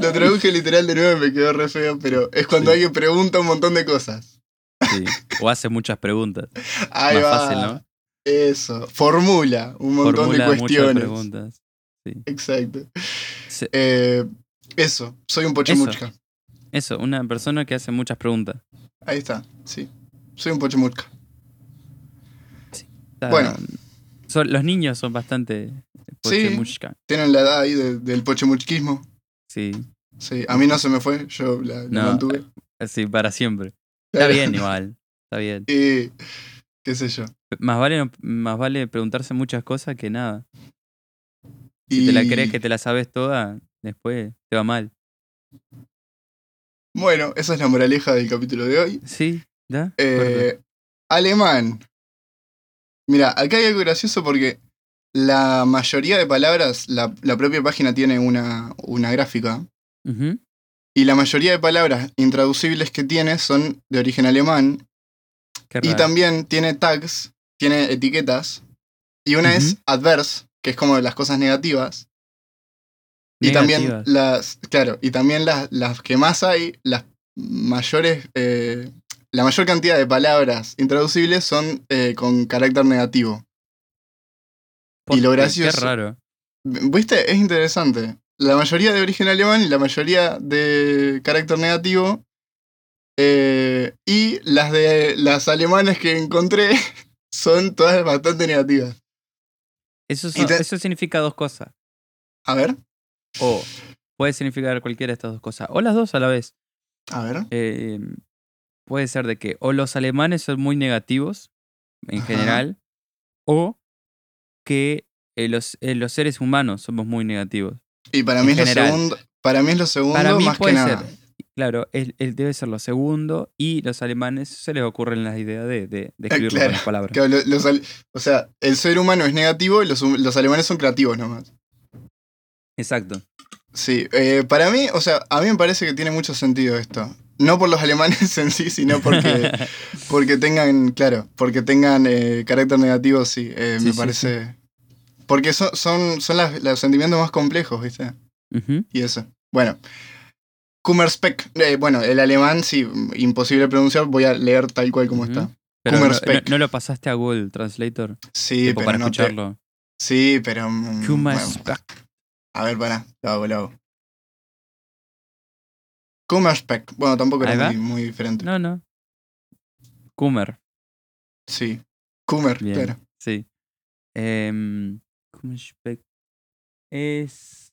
lo traduje literal de nuevo, me quedó re feo, pero es cuando
Sí.
alguien pregunta un montón de cosas.
Sí. O hace muchas preguntas.
Ahí
Más
va.
fácil, ¿no?
Eso. Formula un montón
Formula
de
muchas
cuestiones.
preguntas.
Exacto.
Se-
Eh, eso. Soy un pochemuchca.
Eso, una persona que hace muchas preguntas.
Ahí está. Sí. Soy un pochemuchca.
Está-
Bueno.
son- los niños son bastante pues, pochemushka.
Tienen la edad ahí de- del pochemuchquismo.
Sí.
Sí. A mí no se me fue. Yo la, la
No,
mantuve.
así para siempre. Está bien igual. Está bien.
Eh, qué sé yo.
Más vale, no- más vale preguntarse muchas cosas que nada. Si te la crees que te la sabes toda, después te va mal.
Bueno, esa es la moraleja del capítulo de hoy.
Sí, ¿da? Corta.
Eh, alemán. Mira, acá hay algo gracioso porque la mayoría de palabras, la, la propia página tiene una, una gráfica.
Ujú.
Y la mayoría de palabras intraducibles que tiene son de origen alemán.
Qué
Y
raro.
también tiene tags, tiene etiquetas. Y una es
Ujú.
adverse, que es como las cosas negativas. Y también
Negativas.
las, claro, y también las, las que más hay, las mayores, eh, la mayor cantidad de palabras intraducibles son eh, con carácter negativo. y lo
Posta,
gracioso-
Qué raro.
¿Viste? Es interesante. La mayoría de origen alemán y la mayoría de carácter negativo. eh, y las de las alemanas que encontré son todas bastante negativas.
Eso,
Y
son-
te-
eso significa dos cosas.
A ver,
O puede significar cualquiera de estas dos cosas. O las dos a la vez.
a ver.
Eh, puede ser de que o los alemanes son muy negativos en
Ajá.
general, o que eh, los, eh, los seres humanos somos muy negativos.
Y para
En
mí es lo
general.
segundo. Para mí es lo segundo
Para mí
más
puede
que
ser.
nada.
Claro, él, debe ser lo segundo y los alemanes se les ocurren las ideas de, de, de escribirlo
claro,
con las palabras.
Claro, lo- los al- o sea, el ser humano es negativo y los, hum- los alemanes son creativos nomás.
Exacto.
Sí, eh, para mí, o sea, a mí me parece que tiene mucho sentido esto. No por los alemanes en sí, sino porque, porque tengan, claro, porque tengan eh, carácter negativo, sí, eh,
Sí,
me
sí,
parece. Porque son, son, son las- los sentimientos más complejos, ¿viste?
Ujú.
Y eso. Bueno. Kummerspeck. eh, bueno, el alemán, sí, imposible pronunciar, voy a leer tal cual como
Ujú.
está.
Pero no,
Kummerspeck.
no- no lo pasaste a Google Translator
Sí,
tipo,
pero
para
no te-
escucharlo.
Sí, pero. mm, bueno.
Kummerspeck.
A ver, pará, lo hago, lo hago. Kummerspeck. Bueno, tampoco
Ahí
era
va.
muy, muy diferente.
No, no. Kummer,
Sí. Kummer,
bien.
claro.
Sí. Em, Kummerspeck. Es.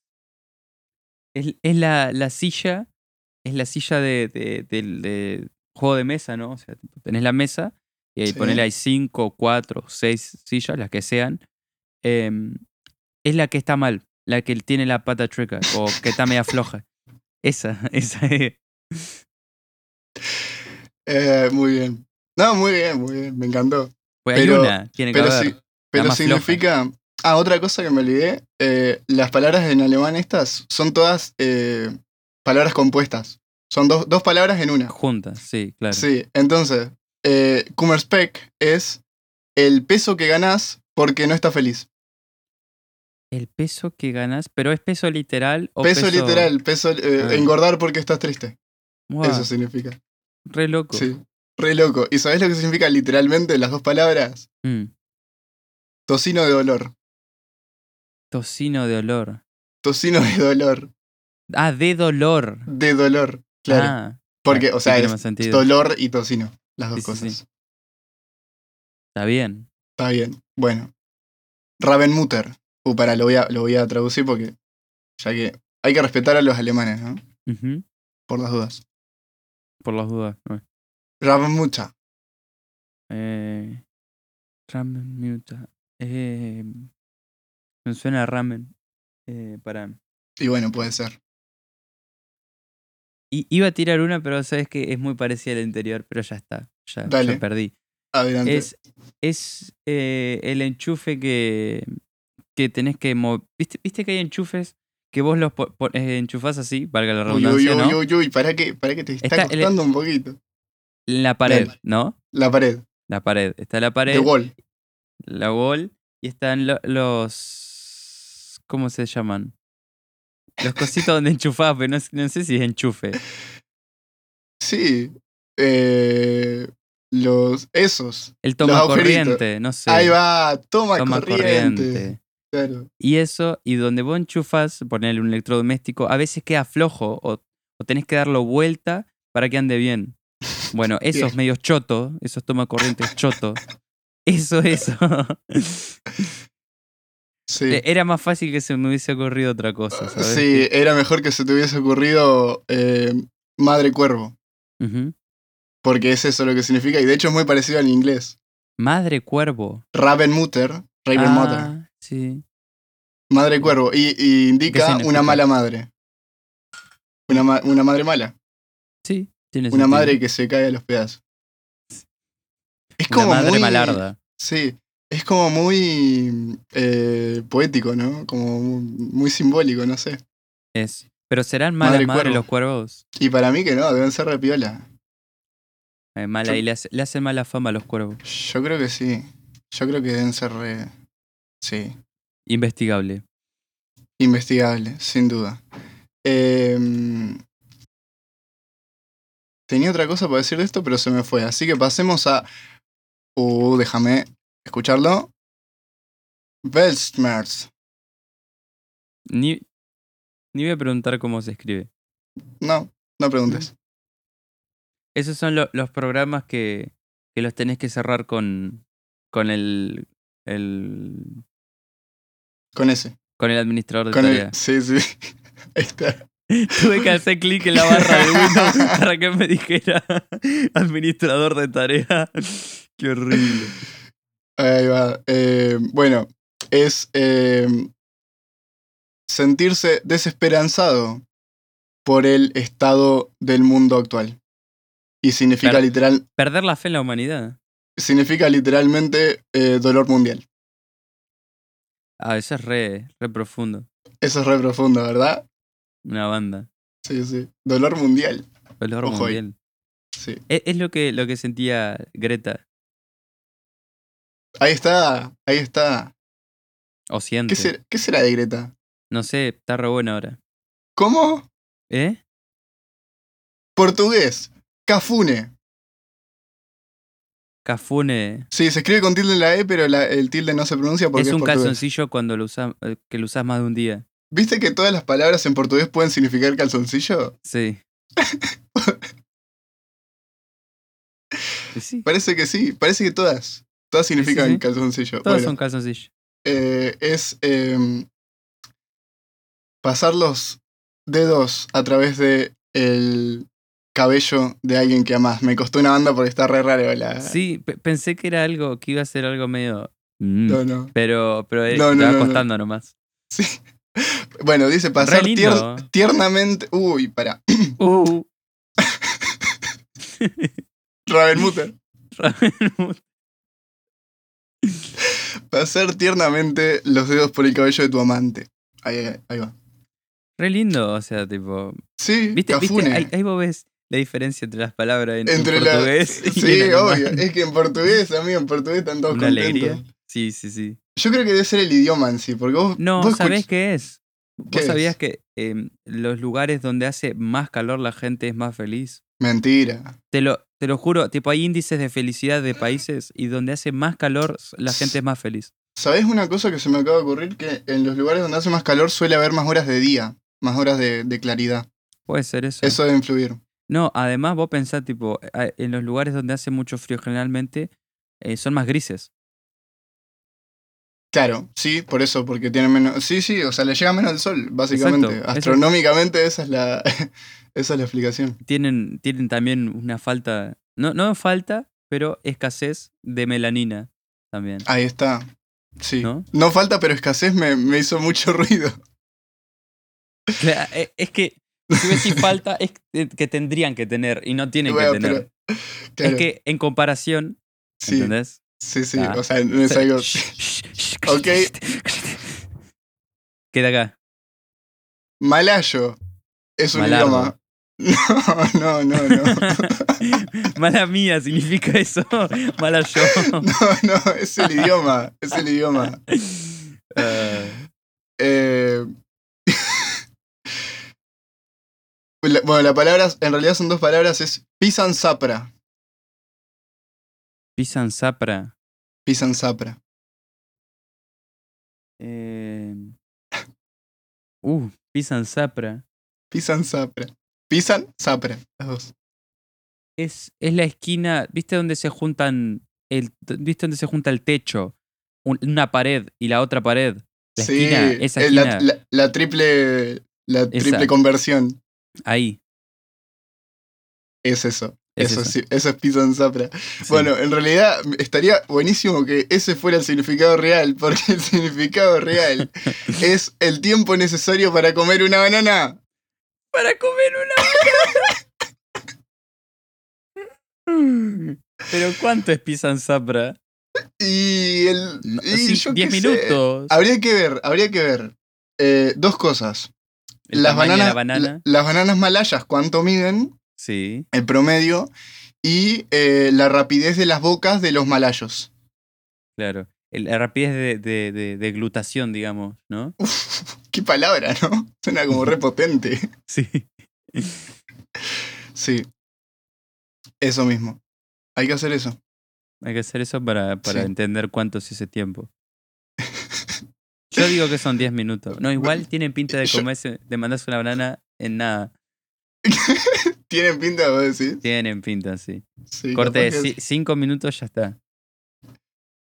Es, es la, la silla. Es la silla de, de- del- de juego de mesa, ¿no? O sea, tipo, tenés la mesa y ahí
Sí.
ponele hay cinco, cuatro, seis sillas, las que sean. Em, es la que está mal, la que tiene la pata chueca o que está media floja. Esa, esa es.
Eh, muy bien. No, muy bien, muy bien. Me encantó.
Pues hay
Pero-
una, tiene que
Pero
haber.
sí. Pero
más floja.
significa. Ah, otra cosa que me olvidé. eh, las palabras en alemán estas son todas eh, palabras compuestas. Son dos, dos palabras en una.
Juntas, sí, claro.
Sí, entonces, eh, Kummerspeck es el peso que ganás porque no estás feliz.
El peso que ganas, pero es peso literal o
Peso, literal, peso eh,
Ah.
engordar porque estás triste.
Buah,
Eso significa.
Re Ah. loco.
Sí. Re loco. ¿Y sabés lo que significa literalmente las dos palabras?
Mm,
Tocino de dolor.
Tocino de olor.
Tocino de dolor.
Ah, de dolor.
De dolor. Claro.
Ah,
porque,
claro,
o
sí
sea,
tiene
es
más sentido.
dolor y tocino. Las dos
Sí, sí, sí.
cosas.
Está bien.
Está bien. Bueno. Ravenmutter. Uh, para, lo voy, a, lo voy a traducir porque. Ya que hay que respetar a los alemanes, ¿no?
Ujú,
Por las dudas.
Por las dudas. bueno.
Ravenmutter.
Eh, ramen muta. Eh, me suena a ramen. Eh, para.
Y bueno, puede ser.
I- iba a tirar una, pero sabes que es muy parecida a la anterior, pero ya está. Ya, ya
Dale.
perdí.
Adelante.
Es, es eh, el enchufe que, que tenés que mover. ¿Viste, viste que hay enchufes que vos los po- po- eh, enchufás así, valga la
uy,
redundancia,
uy, uy,
¿no?
uy, uy, pará que, pará que te está,
Está el-
costando un poquito.
En La pared,
Dale.
¿no?
La pared.
La pared. Está la
The
pared,
wall.
la wall y están lo- los. ¿Cómo se llaman? Los cositos donde enchufás, pero no, es- no sé si es enchufe.
Sí. Eh, los. Esos.
El
Los
toma
agujeritos.
corriente, no sé.
Ahí va. Toma,
Toma
corriente.
corriente.
Claro.
Y eso, y donde vos enchufas, ponerle un electrodoméstico, a veces queda flojo o, o tenés que darlo vuelta para que ande bien. Bueno, esos
Bien.
medios chotos, esos toma corrientes chotos. Eso, eso.
Sí.
E- Era más fácil que se me hubiese ocurrido otra cosa, ¿sabes?
sí, era mejor que se te hubiese ocurrido eh, madre cuervo.
Ujú.
Porque es eso lo que significa. Y de hecho es muy parecido al inglés.
Madre cuervo.
Ravenmutter, Ravenmutter,
Ah, sí.
madre cuervo, y, y indica
significa?
una mala madre. Una, ma- una madre mala,
Sí. tiene
una
sentido.
madre que se cae a los pedazos. Es
Una
como
madre
muy,
malarda.
Sí, es como muy eh, poético, ¿no? Como muy, muy simbólico, no sé.
Es. Pero serán malas
Madre
madres
cuervo.
los cuervos.
Y para mí que no, deben ser repiola.
Eh, mala,
Yo-
y le, hace- le hacen mala fama a los cuervos.
Yo creo que sí. Yo creo que deben ser re... Sí.
Investigable.
Investigable, sin duda. Em, tenía otra cosa para decir de esto, pero se me fue. Así que pasemos a. Uh, déjame escucharlo. Weltschmerz.
Ni, ni voy a preguntar cómo se escribe.
No, no preguntes.
Esos son lo- los programas que, que los tenés que cerrar con, con el, el
Con ese.
con el administrador de
Con
tareas.
el. Sí, sí. Ahí está.
Tuve que hacer clic en la barra de Windows para que me dijera administrador de tarea. Qué horrible.
Ahí va. Eh, bueno, es eh, sentirse desesperanzado por el estado del mundo actual. Y significa
Claro.
literal,
Perder la fe en la humanidad.
significa literalmente eh, dolor mundial.
Ah, eso es re, re profundo.
Eso es re profundo, ¿verdad?
Una banda.
Sí, sí. Dolor mundial.
Dolor
Ojo ahí.
mundial.
Sí.
E, Es, es lo, que, lo que sentía Greta.
Ahí está, ahí está.
O siente.
¿Qué, ser- qué será de Greta?
No sé, está re buena ahora.
¿Cómo?
¿Eh?
Portugués. Cafune.
Cafune.
Sí, se escribe con tilde en la E, pero la- el tilde no se pronuncia porque es,
es un
portugués.
calzoncillo cuando lo usas, eh, que lo usas más de un día.
¿Viste que todas las palabras en portugués pueden significar calzoncillo?
Sí. Y sí.
Parece que sí, parece que todas. Todas
sí,
significan
sí.
calzoncillo.
Todos
Bueno,
son calzoncillos.
eh, es em, pasar los dedos a través de el cabello de alguien que amás. Me costó una banda porque está re raro la...
Sí, pe- pensé que era algo, que iba a ser algo medio. mm,
No, no.
Pero, pero eh,
No,
te
no,
va
no, no.
costando nomás.
Sí. Bueno, dice pasar
Re
tier-
lindo.
tiernamente... Uy, para.
Uh.
Ravenmutter.
Ravenmutter.
Pasar tiernamente los dedos por el cabello de tu amante. Ahí, ahí- ahí va.
Re lindo, o sea, tipo.
Sí,
¿Viste?
Cafune.
¿Viste? Ahí, ahí vos ves la diferencia entre las palabras en, en
eh. Entre la-
portugués. y
Sí,
en alemán.
obvio. Es que en portugués, amigo, en portugués están todos
Una
contentos.
alegría. Sí, sí, sí.
Yo creo que debe ser el idioma en sí, porque vos.
No,
vos
¿sabés
escuch-
qué es?
¿Qué
¿Vos
es?
sabías que em, los lugares donde hace más calor la gente es más feliz?
Mentira.
Te lo, te lo juro, tipo hay índices de felicidad de países y donde hace más calor la gente es más feliz.
¿Sabés una cosa que se me acaba de ocurrir? Que en los lugares donde hace más calor suele haber más horas de día, más horas de, de claridad.
Puede ser eso.
Eso debe influir.
No, además vos pensás, tipo, a- en los lugares donde hace mucho frío generalmente eh, son más grises.
Claro, sí, por eso, porque tiene menos. Sí, sí, o sea, le llega menos el sol, básicamente.
Exacto, eso-
Astronómicamente, esa es la. esa es la explicación.
Tienen, tienen también una falta, no, no falta, pero escasez de melanina también.
Ahí está. Sí.
¿No?
¿No? falta, pero escasez me, me hizo mucho ruido.
Cla- eh, es que si ves si falta, es que tendrían que tener y no tienen
Bueno,
que tener.
pero- Claro,
Es que en comparación,
sí,
¿entendés?
sí, sí.
Ah.
O sea, no es algo. Ok.
Queda acá.
Malayo es un
Malardo.
idioma. No, no, no, no.
Mala mía significa eso. Mala yo.
No, no, es el idioma. Es el idioma.
Eh,
Eh, la- Bueno, la palabra, en realidad son dos palabras, es pisan sapra.
pisan Zapra.
Pisan sapra.
Eh, uh, pisan Zapra.
Pisan sapra. Pisan sapra. Las dos.
Es, es la esquina, ¿viste donde se juntan el viste donde se junta el techo? Un- una pared y la otra pared. La
Sí,
esquina, esa
es la,
esquina.
la- la triple. La triple
Esa.
conversión.
Ahí.
Es eso.
Es
eso,
eso.
sí, eso es pizza en zapra.
Sí.
Bueno, en realidad estaría buenísimo que ese fuera el significado real, porque el significado real es el tiempo necesario para comer una banana.
Para comer una. Pero ¿cuánto es pizza en Zapra?
Y el.
No,
y
sí,
yo
10
qué sé. Ah,
minutos.
Habría que ver, habría que ver. Eh, dos cosas.
El
las
tamaño
bananas,
de la banana.
la- las bananas malayas, cuánto miden,
Sí.
el promedio, y eh, la rapidez de las bocas de los malayos.
Claro. El- La rapidez de, de, de- de glutación, digamos, ¿no?
Qué palabra, ¿no? Suena como repotente.
Sí.
Sí. Eso mismo. Hay que hacer eso.
Hay que hacer eso para, para
Sí.
entender cuánto es ese tiempo. Yo digo que son 10 minutos. No, igual tienen pinta de
Yo-
comerse, de mandarse una banana en nada.
¿Tienen pinta, vos decís?
Tienen pinta, sí.
Sí,
Corte
capaz
de
que sí.
5 minutos ya está.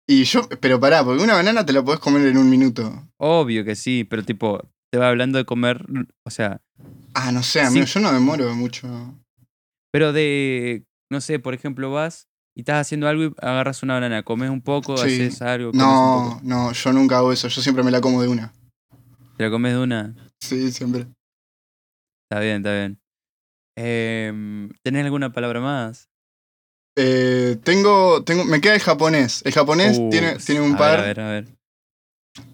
Y yo, pero pará, porque una banana te la podés comer en un minuto.
Obvio que sí, pero tipo, te va hablando de comer, o sea,
Ah, no sé, amigo,
Sí.
yo no demoro mucho.
pero de, no sé, por ejemplo, vas y estás haciendo algo y agarras una banana, comes un poco,
Sí.
haces algo, comes un
No,
poco.
no, yo nunca hago eso, yo siempre me la como de una.
Te la comes de una.
Sí, siempre.
Está bien, está bien. Em, ¿Tenés alguna palabra más?
Eh, tengo, tengo, me queda el japonés. El japonés
Uh,
tiene, tiene un
a
par.
ver, a ver, a ver.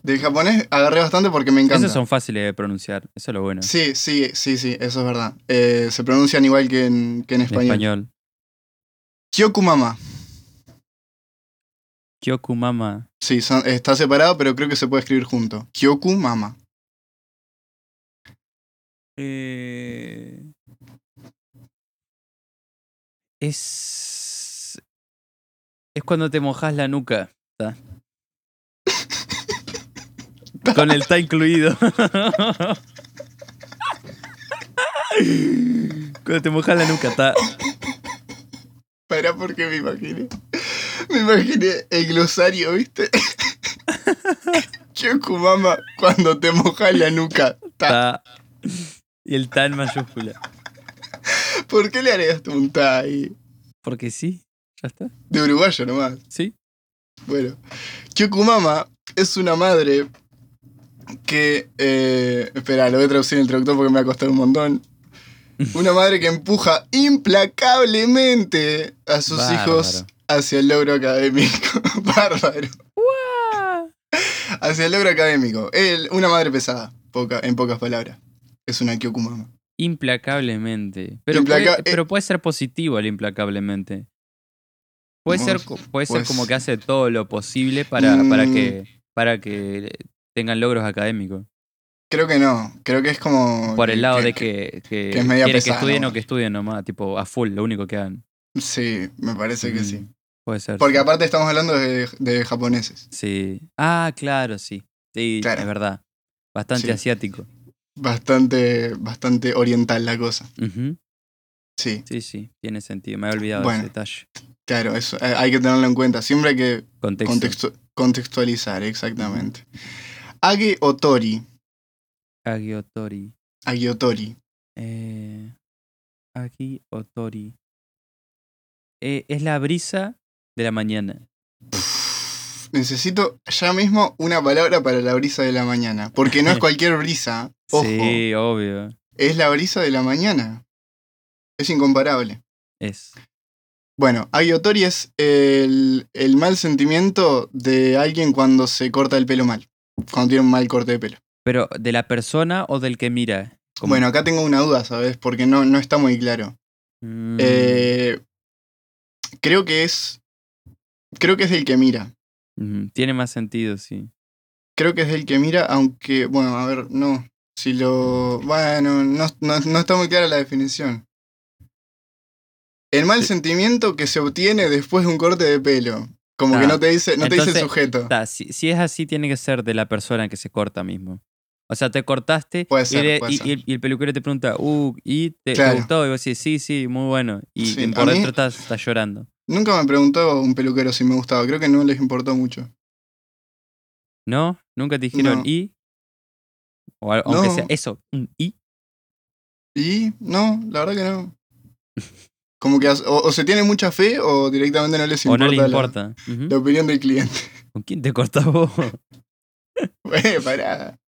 Del japonés agarré bastante porque me encanta.
Esos son fáciles de pronunciar, eso es lo bueno.
Sí, sí, sí, sí, eso es verdad. Eh, se pronuncian igual que en, que en
En
español.
español.
Kyokumama.
Kyokumama.
Sí, son- está separado, pero creo que se puede escribir junto. Kyokumama.
Eh, Es. Es cuando te mojas la nuca. ¿tá? Con el ta incluido. cuando te mojas la nuca, ¿tá?
Pará porque me imaginé. Me imaginé el glosario, ¿viste? Kyokumama, cuando te mojas la nuca. Ta.
Ta. Y el ta en mayúscula.
¿Por qué le agregaste un ta ahí?
Porque sí, ya está.
De uruguayo nomás.
Sí.
Bueno, Kyokumama es una madre que. Eh, espera, lo voy a traducir en el traductor porque me va a costar un montón. Una madre que empuja implacablemente a sus
Bárbaro.
hijos hacia el logro académico. Bárbaro. Hacia el logro académico. El- una madre pesada, poca- en pocas palabras. Es una Kyokumama.
Implacablemente. Pero,
Implaca- eh,
puede, pero puede ser positivo el implacablemente. Puede
No,
ser, co- puede ser
pues-
como que hace todo lo posible para, para,
Mm.
que, para que tengan logros académicos.
Creo que no. Creo que es como.
Por el lado
que-
de que, que,
que es media
quieren que
pesada,
estudien
¿no?
o que estudien nomás, tipo a full, lo único que hagan.
que- Sí, me parece que
Mm,
sí.
Puede ser.
Porque
sí.
aparte estamos hablando de, de japoneses.
Sí. Ah, claro, sí. Sí,
Claro.
es verdad. Bastante
Sí.
asiático.
Bastante, bastante oriental la cosa.
Ujú.
Sí,
Sí, sí, tiene sentido. Me había olvidado
Bueno.
ese detalle.
claro, eso eh, hay que tenerlo en cuenta. Siempre hay que
Contexto.
contextu- contextualizar, exactamente. Age Otori.
Agi Otori.
Age Otori.
Eh, Agi Otori. Eh, es la brisa de la mañana.
Necesito ya mismo una palabra para la brisa de la mañana. Porque no es cualquier brisa. Ojo.
Sí, obvio.
Es la brisa de la mañana. Es incomparable.
Es.
Bueno, Age Otori es el, el mal sentimiento de alguien cuando se corta el pelo mal. Cuando tiene un mal corte de pelo.
Pero, ¿de la persona o del que mira? Como-
Bueno, acá tengo una duda, ¿sabes? Porque no, no está muy claro.
Mm,
Eh, creo que es. Creo que es del que mira.
mm, tiene más sentido, sí.
Creo que es del que mira, aunque. Bueno, a ver, no. Si lo. Bueno, no, no- no está muy clara la definición. El mal
Sí.
sentimiento que se obtiene después de un corte de pelo. Como
Ah,
que no te dice, no te dice
entonces,
el sujeto.
Ta, si, si es así, tiene que ser de la persona que se corta mismo. O sea, te cortaste
Puede ser,
y, de-
puede
y-
ser.
y el, y el peluquero te pregunta, uh, ¿y te, te
Claro.
gustó? Y vos decís, sí, sí, muy bueno. Y
Sí,
por
a mí-
dentro estás, estás llorando.
Nunca me preguntó un peluquero si me gustaba. Creo que no les importó mucho.
¿No? ¿Nunca te dijeron
No.
y? O al- aunque
No.
sea eso, un y.
Y no, la verdad que no. Como que as- o, o se tiene mucha fe o directamente no les
o
importa,
no le
la-
importa. Ujú.
La, opinión del cliente.
¿Con quién te cortás vos?
Güey, pará.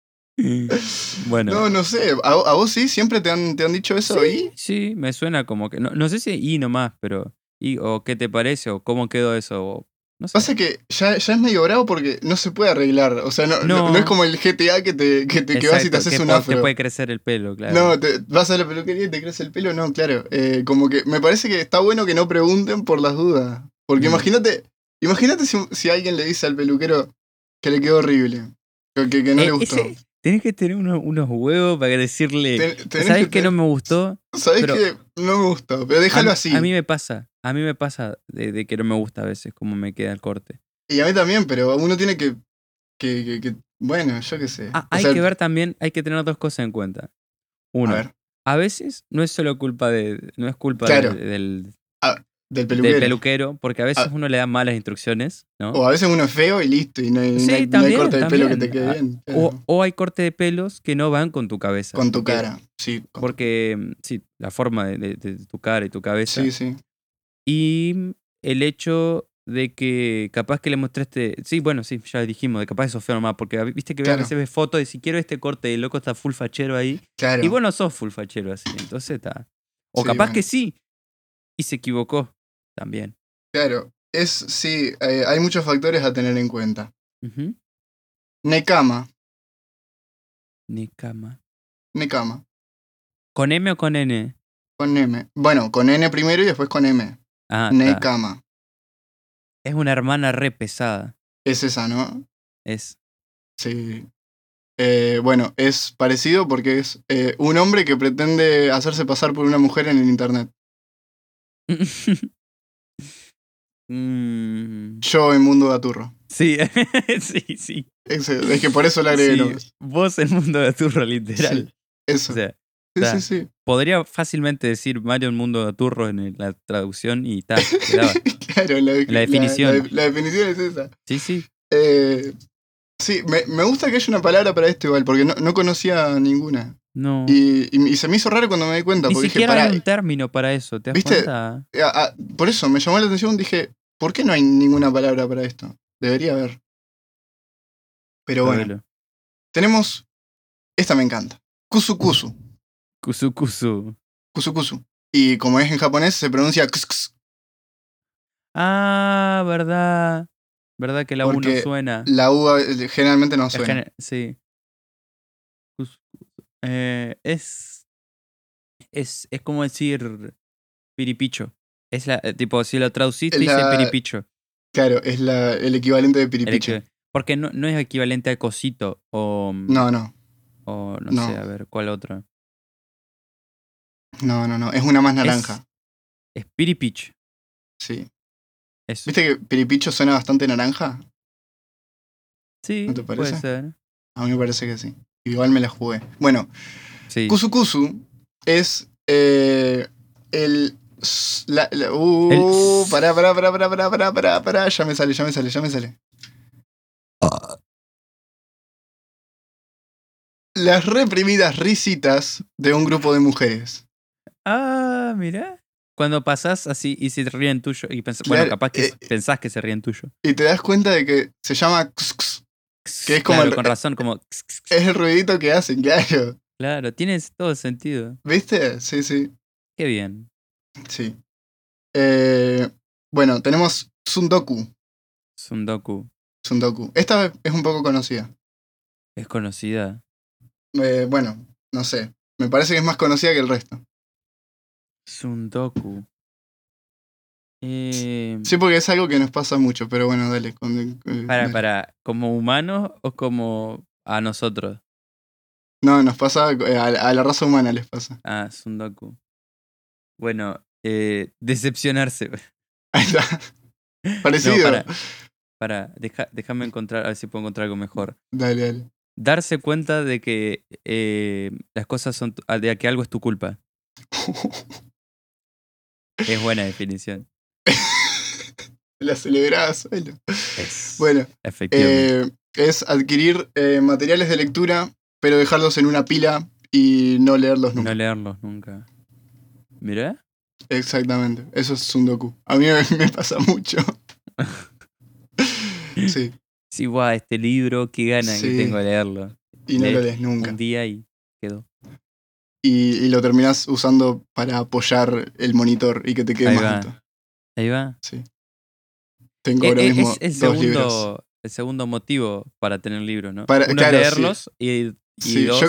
bueno.
No, no sé. ¿A, a vos sí? ¿Siempre te han, te han dicho eso?
Sí, sí, me suena como que. No, no sé si y nomás, pero. Y, o qué te parece, o cómo quedó eso, o. No sé.
Pasa que ya, ya es medio bravo porque no se puede arreglar. O sea, no, no-
No.
no es como el GTA que te, que te que vas y te
Exacto,
haces
que
un
po-
afro.
Te puede crecer el pelo, claro.
No, te- vas a la peluquería y te crece el pelo. No, claro. Eh, como que me parece que está bueno que no pregunten por las dudas. Porque
Mm.
imagínate imagínate si, si alguien le dice al peluquero que le quedó horrible. Que, que- que no
Eh,
le gustó.
ese- tenés que tener uno- unos huevos para decirle.
Ten- tenés
¿Sabes
que
que no
ten-
me gustó?
Sabés
pero-
que no me gustó, pero déjalo
a, mí-
así.
A mí me pasa. A mí me pasa de, de que no me gusta a veces cómo me queda el corte.
Y a mí también, pero uno tiene que. que, que- que- bueno, yo qué sé.
Ah,
O
hay
sea,
que ver también, hay que tener dos cosas en cuenta.
A
Uno, a,
ver,
veces no es solo culpa de. No es culpa
Claro.
del- del,
del
del
peluquero.
peluquero, porque a veces uno le da malas instrucciones, ¿no?
O a veces uno es feo y listo, y no hay,
Sí,
no hay- no hay
también,
corte de pelo que te
también.
quede
Ah,
bien. claro.
O, o hay corte de pelos que no van con tu cabeza.
eh. con tu
porque-
cara, sí. con-
Porque, mm, sí, la forma de, de- de tu cara y tu cabeza.
sí, sí.
Y el hecho de que capaz que le mostraste. Sí, bueno, sí, ya dijimos, de capaz eso feo nomás, porque viste que
Claro.
a veces ves fotos y si quiero este corte, el loco está full fachero ahí.
Claro.
Y vos no sos full fachero así, entonces está. O
Sí,
capaz
bueno.
que sí, y se equivocó también.
Claro, es sí, eh, hay muchos factores a tener en cuenta.
Ujú.
Nekama,
Nekama.
Nekama,
¿Con M o con N?
con M. Bueno, con N primero y después con M.
Ah, está.
Nekama.
es una hermana re pesada.
Es esa, ¿no?
Es.
Sí. Eh, bueno, es parecido porque es eh, un hombre que pretende hacerse pasar por una mujer en el internet.
Mm,
Yo en Mundo Gaturro.
sí, sí, sí.
Ese- Es que por eso la agregué.
Sí,
nomás.
Vos el mundo de Turro, literal.
Sí, eso.
O sea,
Sí,
está.
sí, sí.
podría fácilmente decir Mario el mundo de Turro en el- la traducción y tal. quedaba.
Claro, la, la-
definición.
la- la definición es esa.
Sí, sí.
Eh, sí, me, me gusta que haya una palabra para esto igual, porque no, no conocía ninguna.
No.
Y, y- y se me hizo raro cuando me di cuenta,
Ah. Ni
porque dije,
siquiera
pará,
hay un término para eso, ¿te das
¿Viste?
cuenta?
ah, ah, por eso me llamó la atención, dije, ¿por qué no hay ninguna palabra para esto? Debería haber. Pero bueno,
Pablo.
tenemos, esta me encanta, kusukusu,
Kusu kusu.
kusukusu. Y como es en japonés, se pronuncia kus
Ah, verdad. ¿Verdad que la U no
Porque
suena?
La U eh, generalmente no
Es
suena.
gener- sí. Cus- eh, es, es. Es como decir. Piripicho. Es la. eh, Tipo, si lo traducís, te dice
La-
piripicho.
Claro, es la, el equivalente de
El
piripicho.
equi- Porque no, no es equivalente a cosito o. mm,
No, no,
O no,
no.
sé, a ver, ¿cuál otro?
no, no, no, es una más naranja.
Es piripich.
Sí.
Eso.
¿Viste que piripicho suena bastante naranja?
Sí,
¿No te
puede
parece?
ser.
A mí me parece que sí. Igual me la jugué. Bueno,
Sí.
Kusukusu es eh, el... s- La, la- uh,
El s-
pará, pará, pará, pará, pará, pará, pará, pará, ya me sale, ya me sale, ya me sale. Las reprimidas risitas de un grupo de mujeres.
Ah, mirá. Cuando pasás así y se ríen tuyo. Y pensás, bueno,
Claro,
capaz que
eh,
pensás que se ríen tuyo.
Y te das cuenta de que se llama kuskus. Que es como
Claro,
el- eh,
con razón, como.
Es el ruidito que hacen, claro.
Claro, tiene todo sentido.
¿Viste? Sí, sí,
Qué bien.
sí. Eh, bueno, tenemos Sundoku.
Sundoku
Sundoku. Esta es un poco conocida.
es conocida.
Eh, bueno, no sé. Me parece que es más conocida que el resto.
Sundoku. Eh,
Sí, porque es algo que nos pasa mucho, pero bueno, dale. con- eh,
para,
dale.
para, ¿como humanos o como a nosotros?
No, nos pasa eh, a, la- a la raza humana les pasa.
Ah, Sundoku. Bueno, eh, decepcionarse.
Ahí está.
No,
Parecido.
para, para, deja- déjame encontrar, a ver si puedo encontrar algo mejor.
Dale, dale.
Darse cuenta de que eh, las cosas son, tu- de que algo es tu culpa. Es buena definición.
la celebrás, suelo.
Es-
Bueno,
efectivamente.
eh, es adquirir eh, materiales de lectura, pero dejarlos en una pila y no leerlos nunca.
No leerlos nunca. Mirá.
Exactamente. Eso es un docu. A mí me, me pasa mucho. sí.
Sí, guau, este libro, qué gana
Sí.
que tengo de leerlo.
Y no lo
Leer
lees nunca.
Un día y quedó.
Y, y lo terminás usando para apoyar el monitor y que te quede
Ahí
más
va.
alto.
Ahí va.
Tengo
E-
ahora
e-
mismo
es el
dos libros.
segundo, el segundo motivo para tener libros, ¿no?
Para-
Uno es
claro, sí.
leerlos y, y
Sí,
dos,
yo,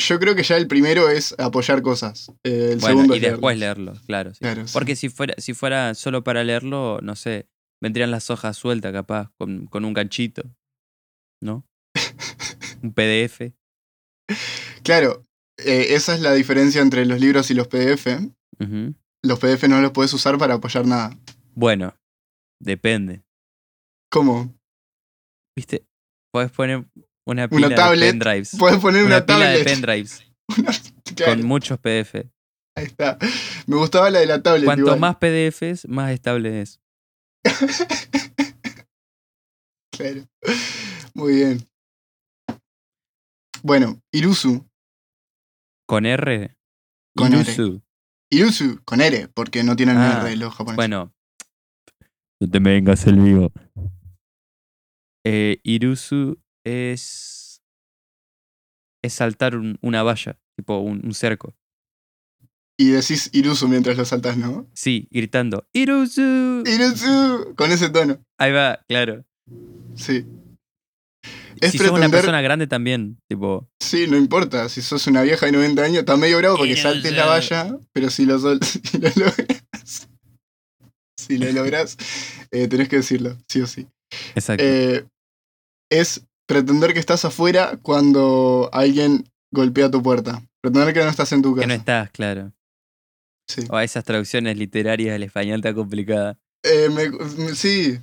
yo creo que ya el primero es apoyar cosas. eh, el
bueno,
segundo
y
es
después
leerlos.
leerlos, claro. sí.
Claro, sí.
Porque si fuera, si fuera solo para leerlo, no sé, vendrían las hojas sueltas capaz, con, con un ganchito, ¿no? un PDF.
Claro, eh, esa es la diferencia entre los libros y los PDF.
Ujú.
Los PDF no los puedes usar para apoyar nada.
Bueno, depende.
¿Cómo?
¿Viste? Podés poner una pila
Una
de
tablet,
pendrives.
Puedes poner una,
una, pila
tablet.
de pendrives
Claro,
con muchos PDF.
ahí está. Me gustaba la de la tablet.
Cuanto
igual.
más PDFs, más estable es.
Claro. Muy bien. Bueno, Irusu.
Con R.
Con R.
Iruzu.
Irusu con R, porque no tienen
Ah,
R los japoneses.
Bueno. No te me vengas el vivo. Eh, Iruzu es. Es saltar un- una valla, tipo un, un cerco.
Y decís Irusu mientras lo saltás, ¿no?
Sí, gritando. ¡Iruzu!
Irusu. Con ese tono.
Ahí va, claro.
Sí. Es
si sos una
pretender-
persona grande también, tipo.
Sí, no importa. Si sos una vieja de 90 años, está medio bravo porque
Irusu.
saltes la valla, pero si lo, sol- si lo logras. Si lo logras, eh, tenés que decirlo, sí o sí.
Exacto.
Eh, es pretender que estás afuera cuando alguien golpea tu puerta. Pretender que no estás en tu casa.
que no estás, claro.
Sí.
O esas traducciones literarias del español tan complicadas.
Eh, me- me- sí,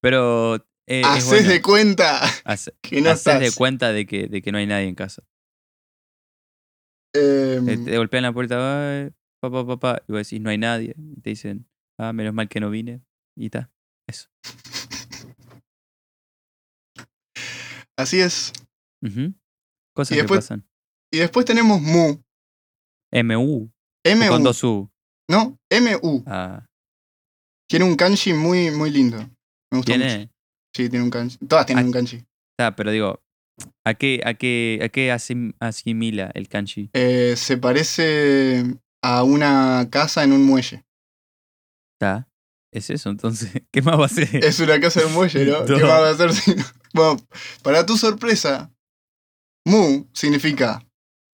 Pero eh, es
haces
bueno.
de cuenta
Hace-
que no
haces
estás.
de cuenta de que, de que no hay nadie en casa.
Eh,
Te, te golpean la puerta, "Ay, papá, papá, y vos decís, no hay nadie. Y te dicen, ah, menos mal que no vine. Y está.
así es.
Ujú. Cosas
Y después-
que pasan.
Y después tenemos Mu.
MU.
M-U.
Con dos U.
No, M-U.
Ah,
Tiene un kanji muy, muy lindo. Me gusta mucho.
¿Tiene?
Sí, tiene un kanji. Todas tienen
Ah.
un kanji.
Está, pero digo, ¿a qué, a qué, a qué asim- asimila el kanji?
Eh, se parece a una casa en un muelle.
Está. ¿Es eso entonces? ¿Qué más va a ser?
Es una casa en un muelle, ¿no? ¿Qué
No.
más va a hacer si no? Bueno, para tu sorpresa, mu significa,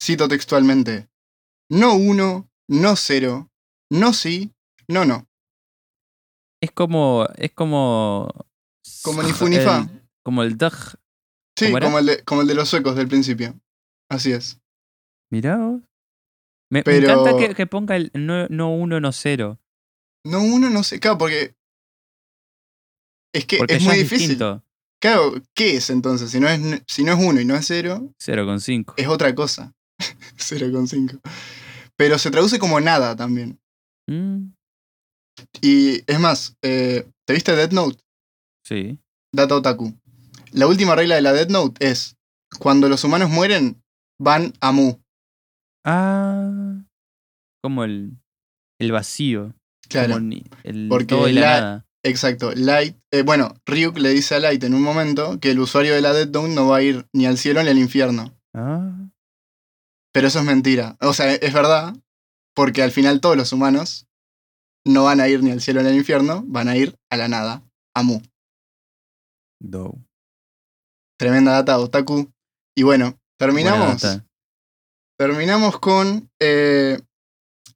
cito textualmente, no uno, no cero, no sí, no no.
Es como. Es como.
Como ni fu ni fa.
el- Como el Daj.
Sí,
¿Cómo era?
como el, de, como el de los suecos del principio. Así es.
Mirá vos. Me, me
Pero-
encanta que, que ponga el no, no uno, no cero.
No uno, no sé. Claro, porque. Es que
Porque
es
ya
muy
es
difícil.
distinto.
Claro, ¿qué es entonces? Si no es, n- si no es uno y no es cero,
Cero con cinco.
es otra cosa. 0,5. Pero se traduce como nada también.
Mm,
Y es más, eh, ¿te viste Death Note?
sí.
Data Otaku. La última regla de la Death Note es: cuando los humanos mueren, van a Mu.
Ah. Como el, el vacío.
Claro.
Como ni- el
Porque
todo y la,
la-
nada.
Exacto. Light. eh, bueno, Ryuk le dice a Light en un momento que el usuario de la Death Note no va a ir ni al cielo ni al infierno.
Ah.
Pero eso es mentira. O sea, es verdad, porque al final todos los humanos no van a ir ni al cielo ni al infierno, van a ir a la nada, a Mu.
Do.
Tremenda data, Otaku. Y bueno, terminamos.
Buena data.
Terminamos con eh,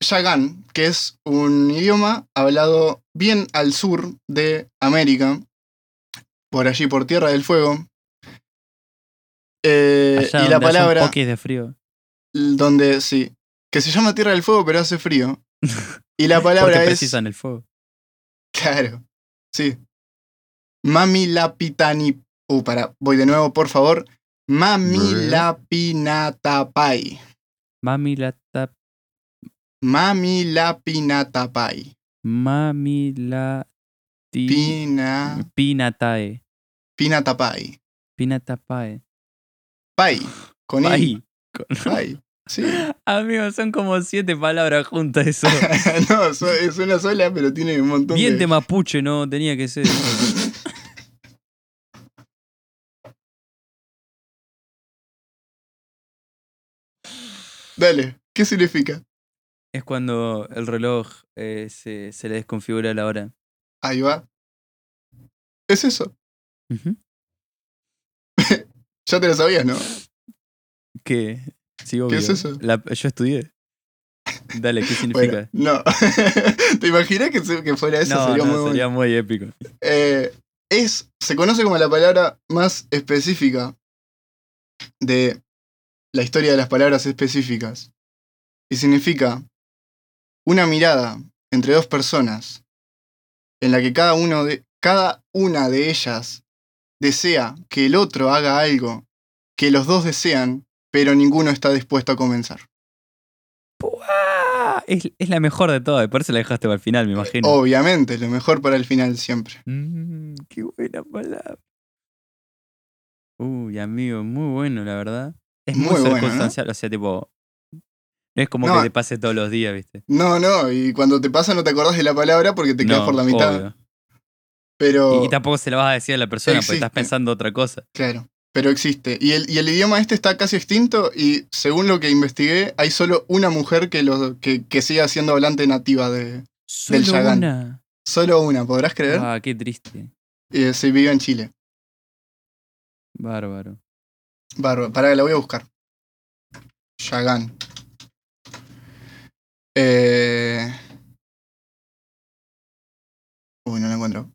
Yagan, que es un idioma hablado bien al sur de América, por allí por Tierra del Fuego. Eh,
Allá
y la
donde hace un
palabra
poquis de frío.
donde sí, que se llama Tierra del Fuego, pero hace frío. Y la palabra
Porque
es
precisan el fuego.
Claro, sí. Mami lapitani. Uh, para, voy de nuevo, por favor. Mami
Brr.
lapinatapai.
Mami la tap.
Mami lapinatapai.
Mami la. ti-
Pina.
Pinatae.
Pinatapai.
Pinatapae.
Pai. Con I.
Pai.
Pai. Sí.
Amigo, son como siete palabras juntas eso.
no, so- es una sola, pero tiene un montón
Bien
de.
de mapuche, no tenía que ser.
Dale, ¿qué significa?
Es cuando el reloj eh, se, se le desconfigura la hora.
Ahí va. Es eso.
Ujú.
Ya te lo sabías, ¿no?
¿Qué? Sí, obvio.
es eso?
La- yo estudié. Dale, ¿qué significa?
Bueno, no. ¿Te imaginas que, se- que fuera eso?
no,
sería
no,
muy bueno.
sería muy épico.
Eh, es, se conoce como la palabra más específica de la historia de las palabras específicas. Y significa una mirada entre dos personas en la que cada, uno de, cada una de ellas desea que el otro haga algo que los dos desean, pero ninguno está dispuesto a comenzar.
¡Puah! Es, es la mejor de todas, por eso la dejaste para el
Eh,
final, me imagino.
Obviamente, lo mejor para el final siempre.
Mm, qué buena palabra. Uy, amigo, muy bueno, la verdad. Es muy,
Muy bueno, ¿no?
circunstancial, o sea, tipo. No es como
No. ah.
que te pase todos los días, ¿viste?
No, no, y cuando te pasa no te acordás de la palabra porque te quedas
No,
por la mitad.
obvio.
Pero...
Y, y tampoco se la vas a decir a la persona, porque
Existe.
estás pensando otra cosa.
Claro, pero existe. Y el, y el idioma este está casi extinto y según lo que investigué, hay solo una mujer que, lo, que, que siga siendo hablante nativa de... Del
Solo
Yagán.
una.
Solo una, ¿podrás creer?
Ah, qué triste.
Eh, se vive en Chile.
Bárbaro.
Bárbaro. Pará, la voy a buscar. Yagán. Eh... Uy, no la encuentro.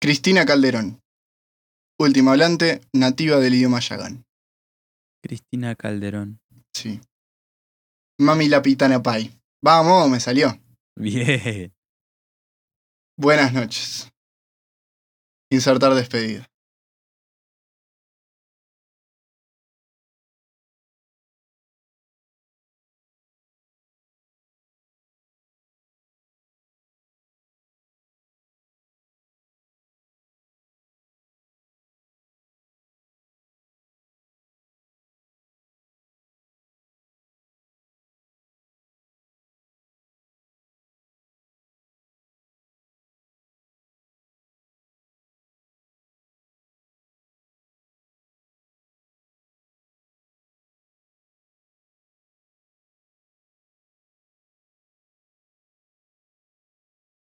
Cristina Calderón. Última hablante nativa del idioma Yagán.
Cristina Calderón.
Sí. Mami la pitana pay. Vamos, me salió.
Bien.
Buenas noches. Insertar despedida.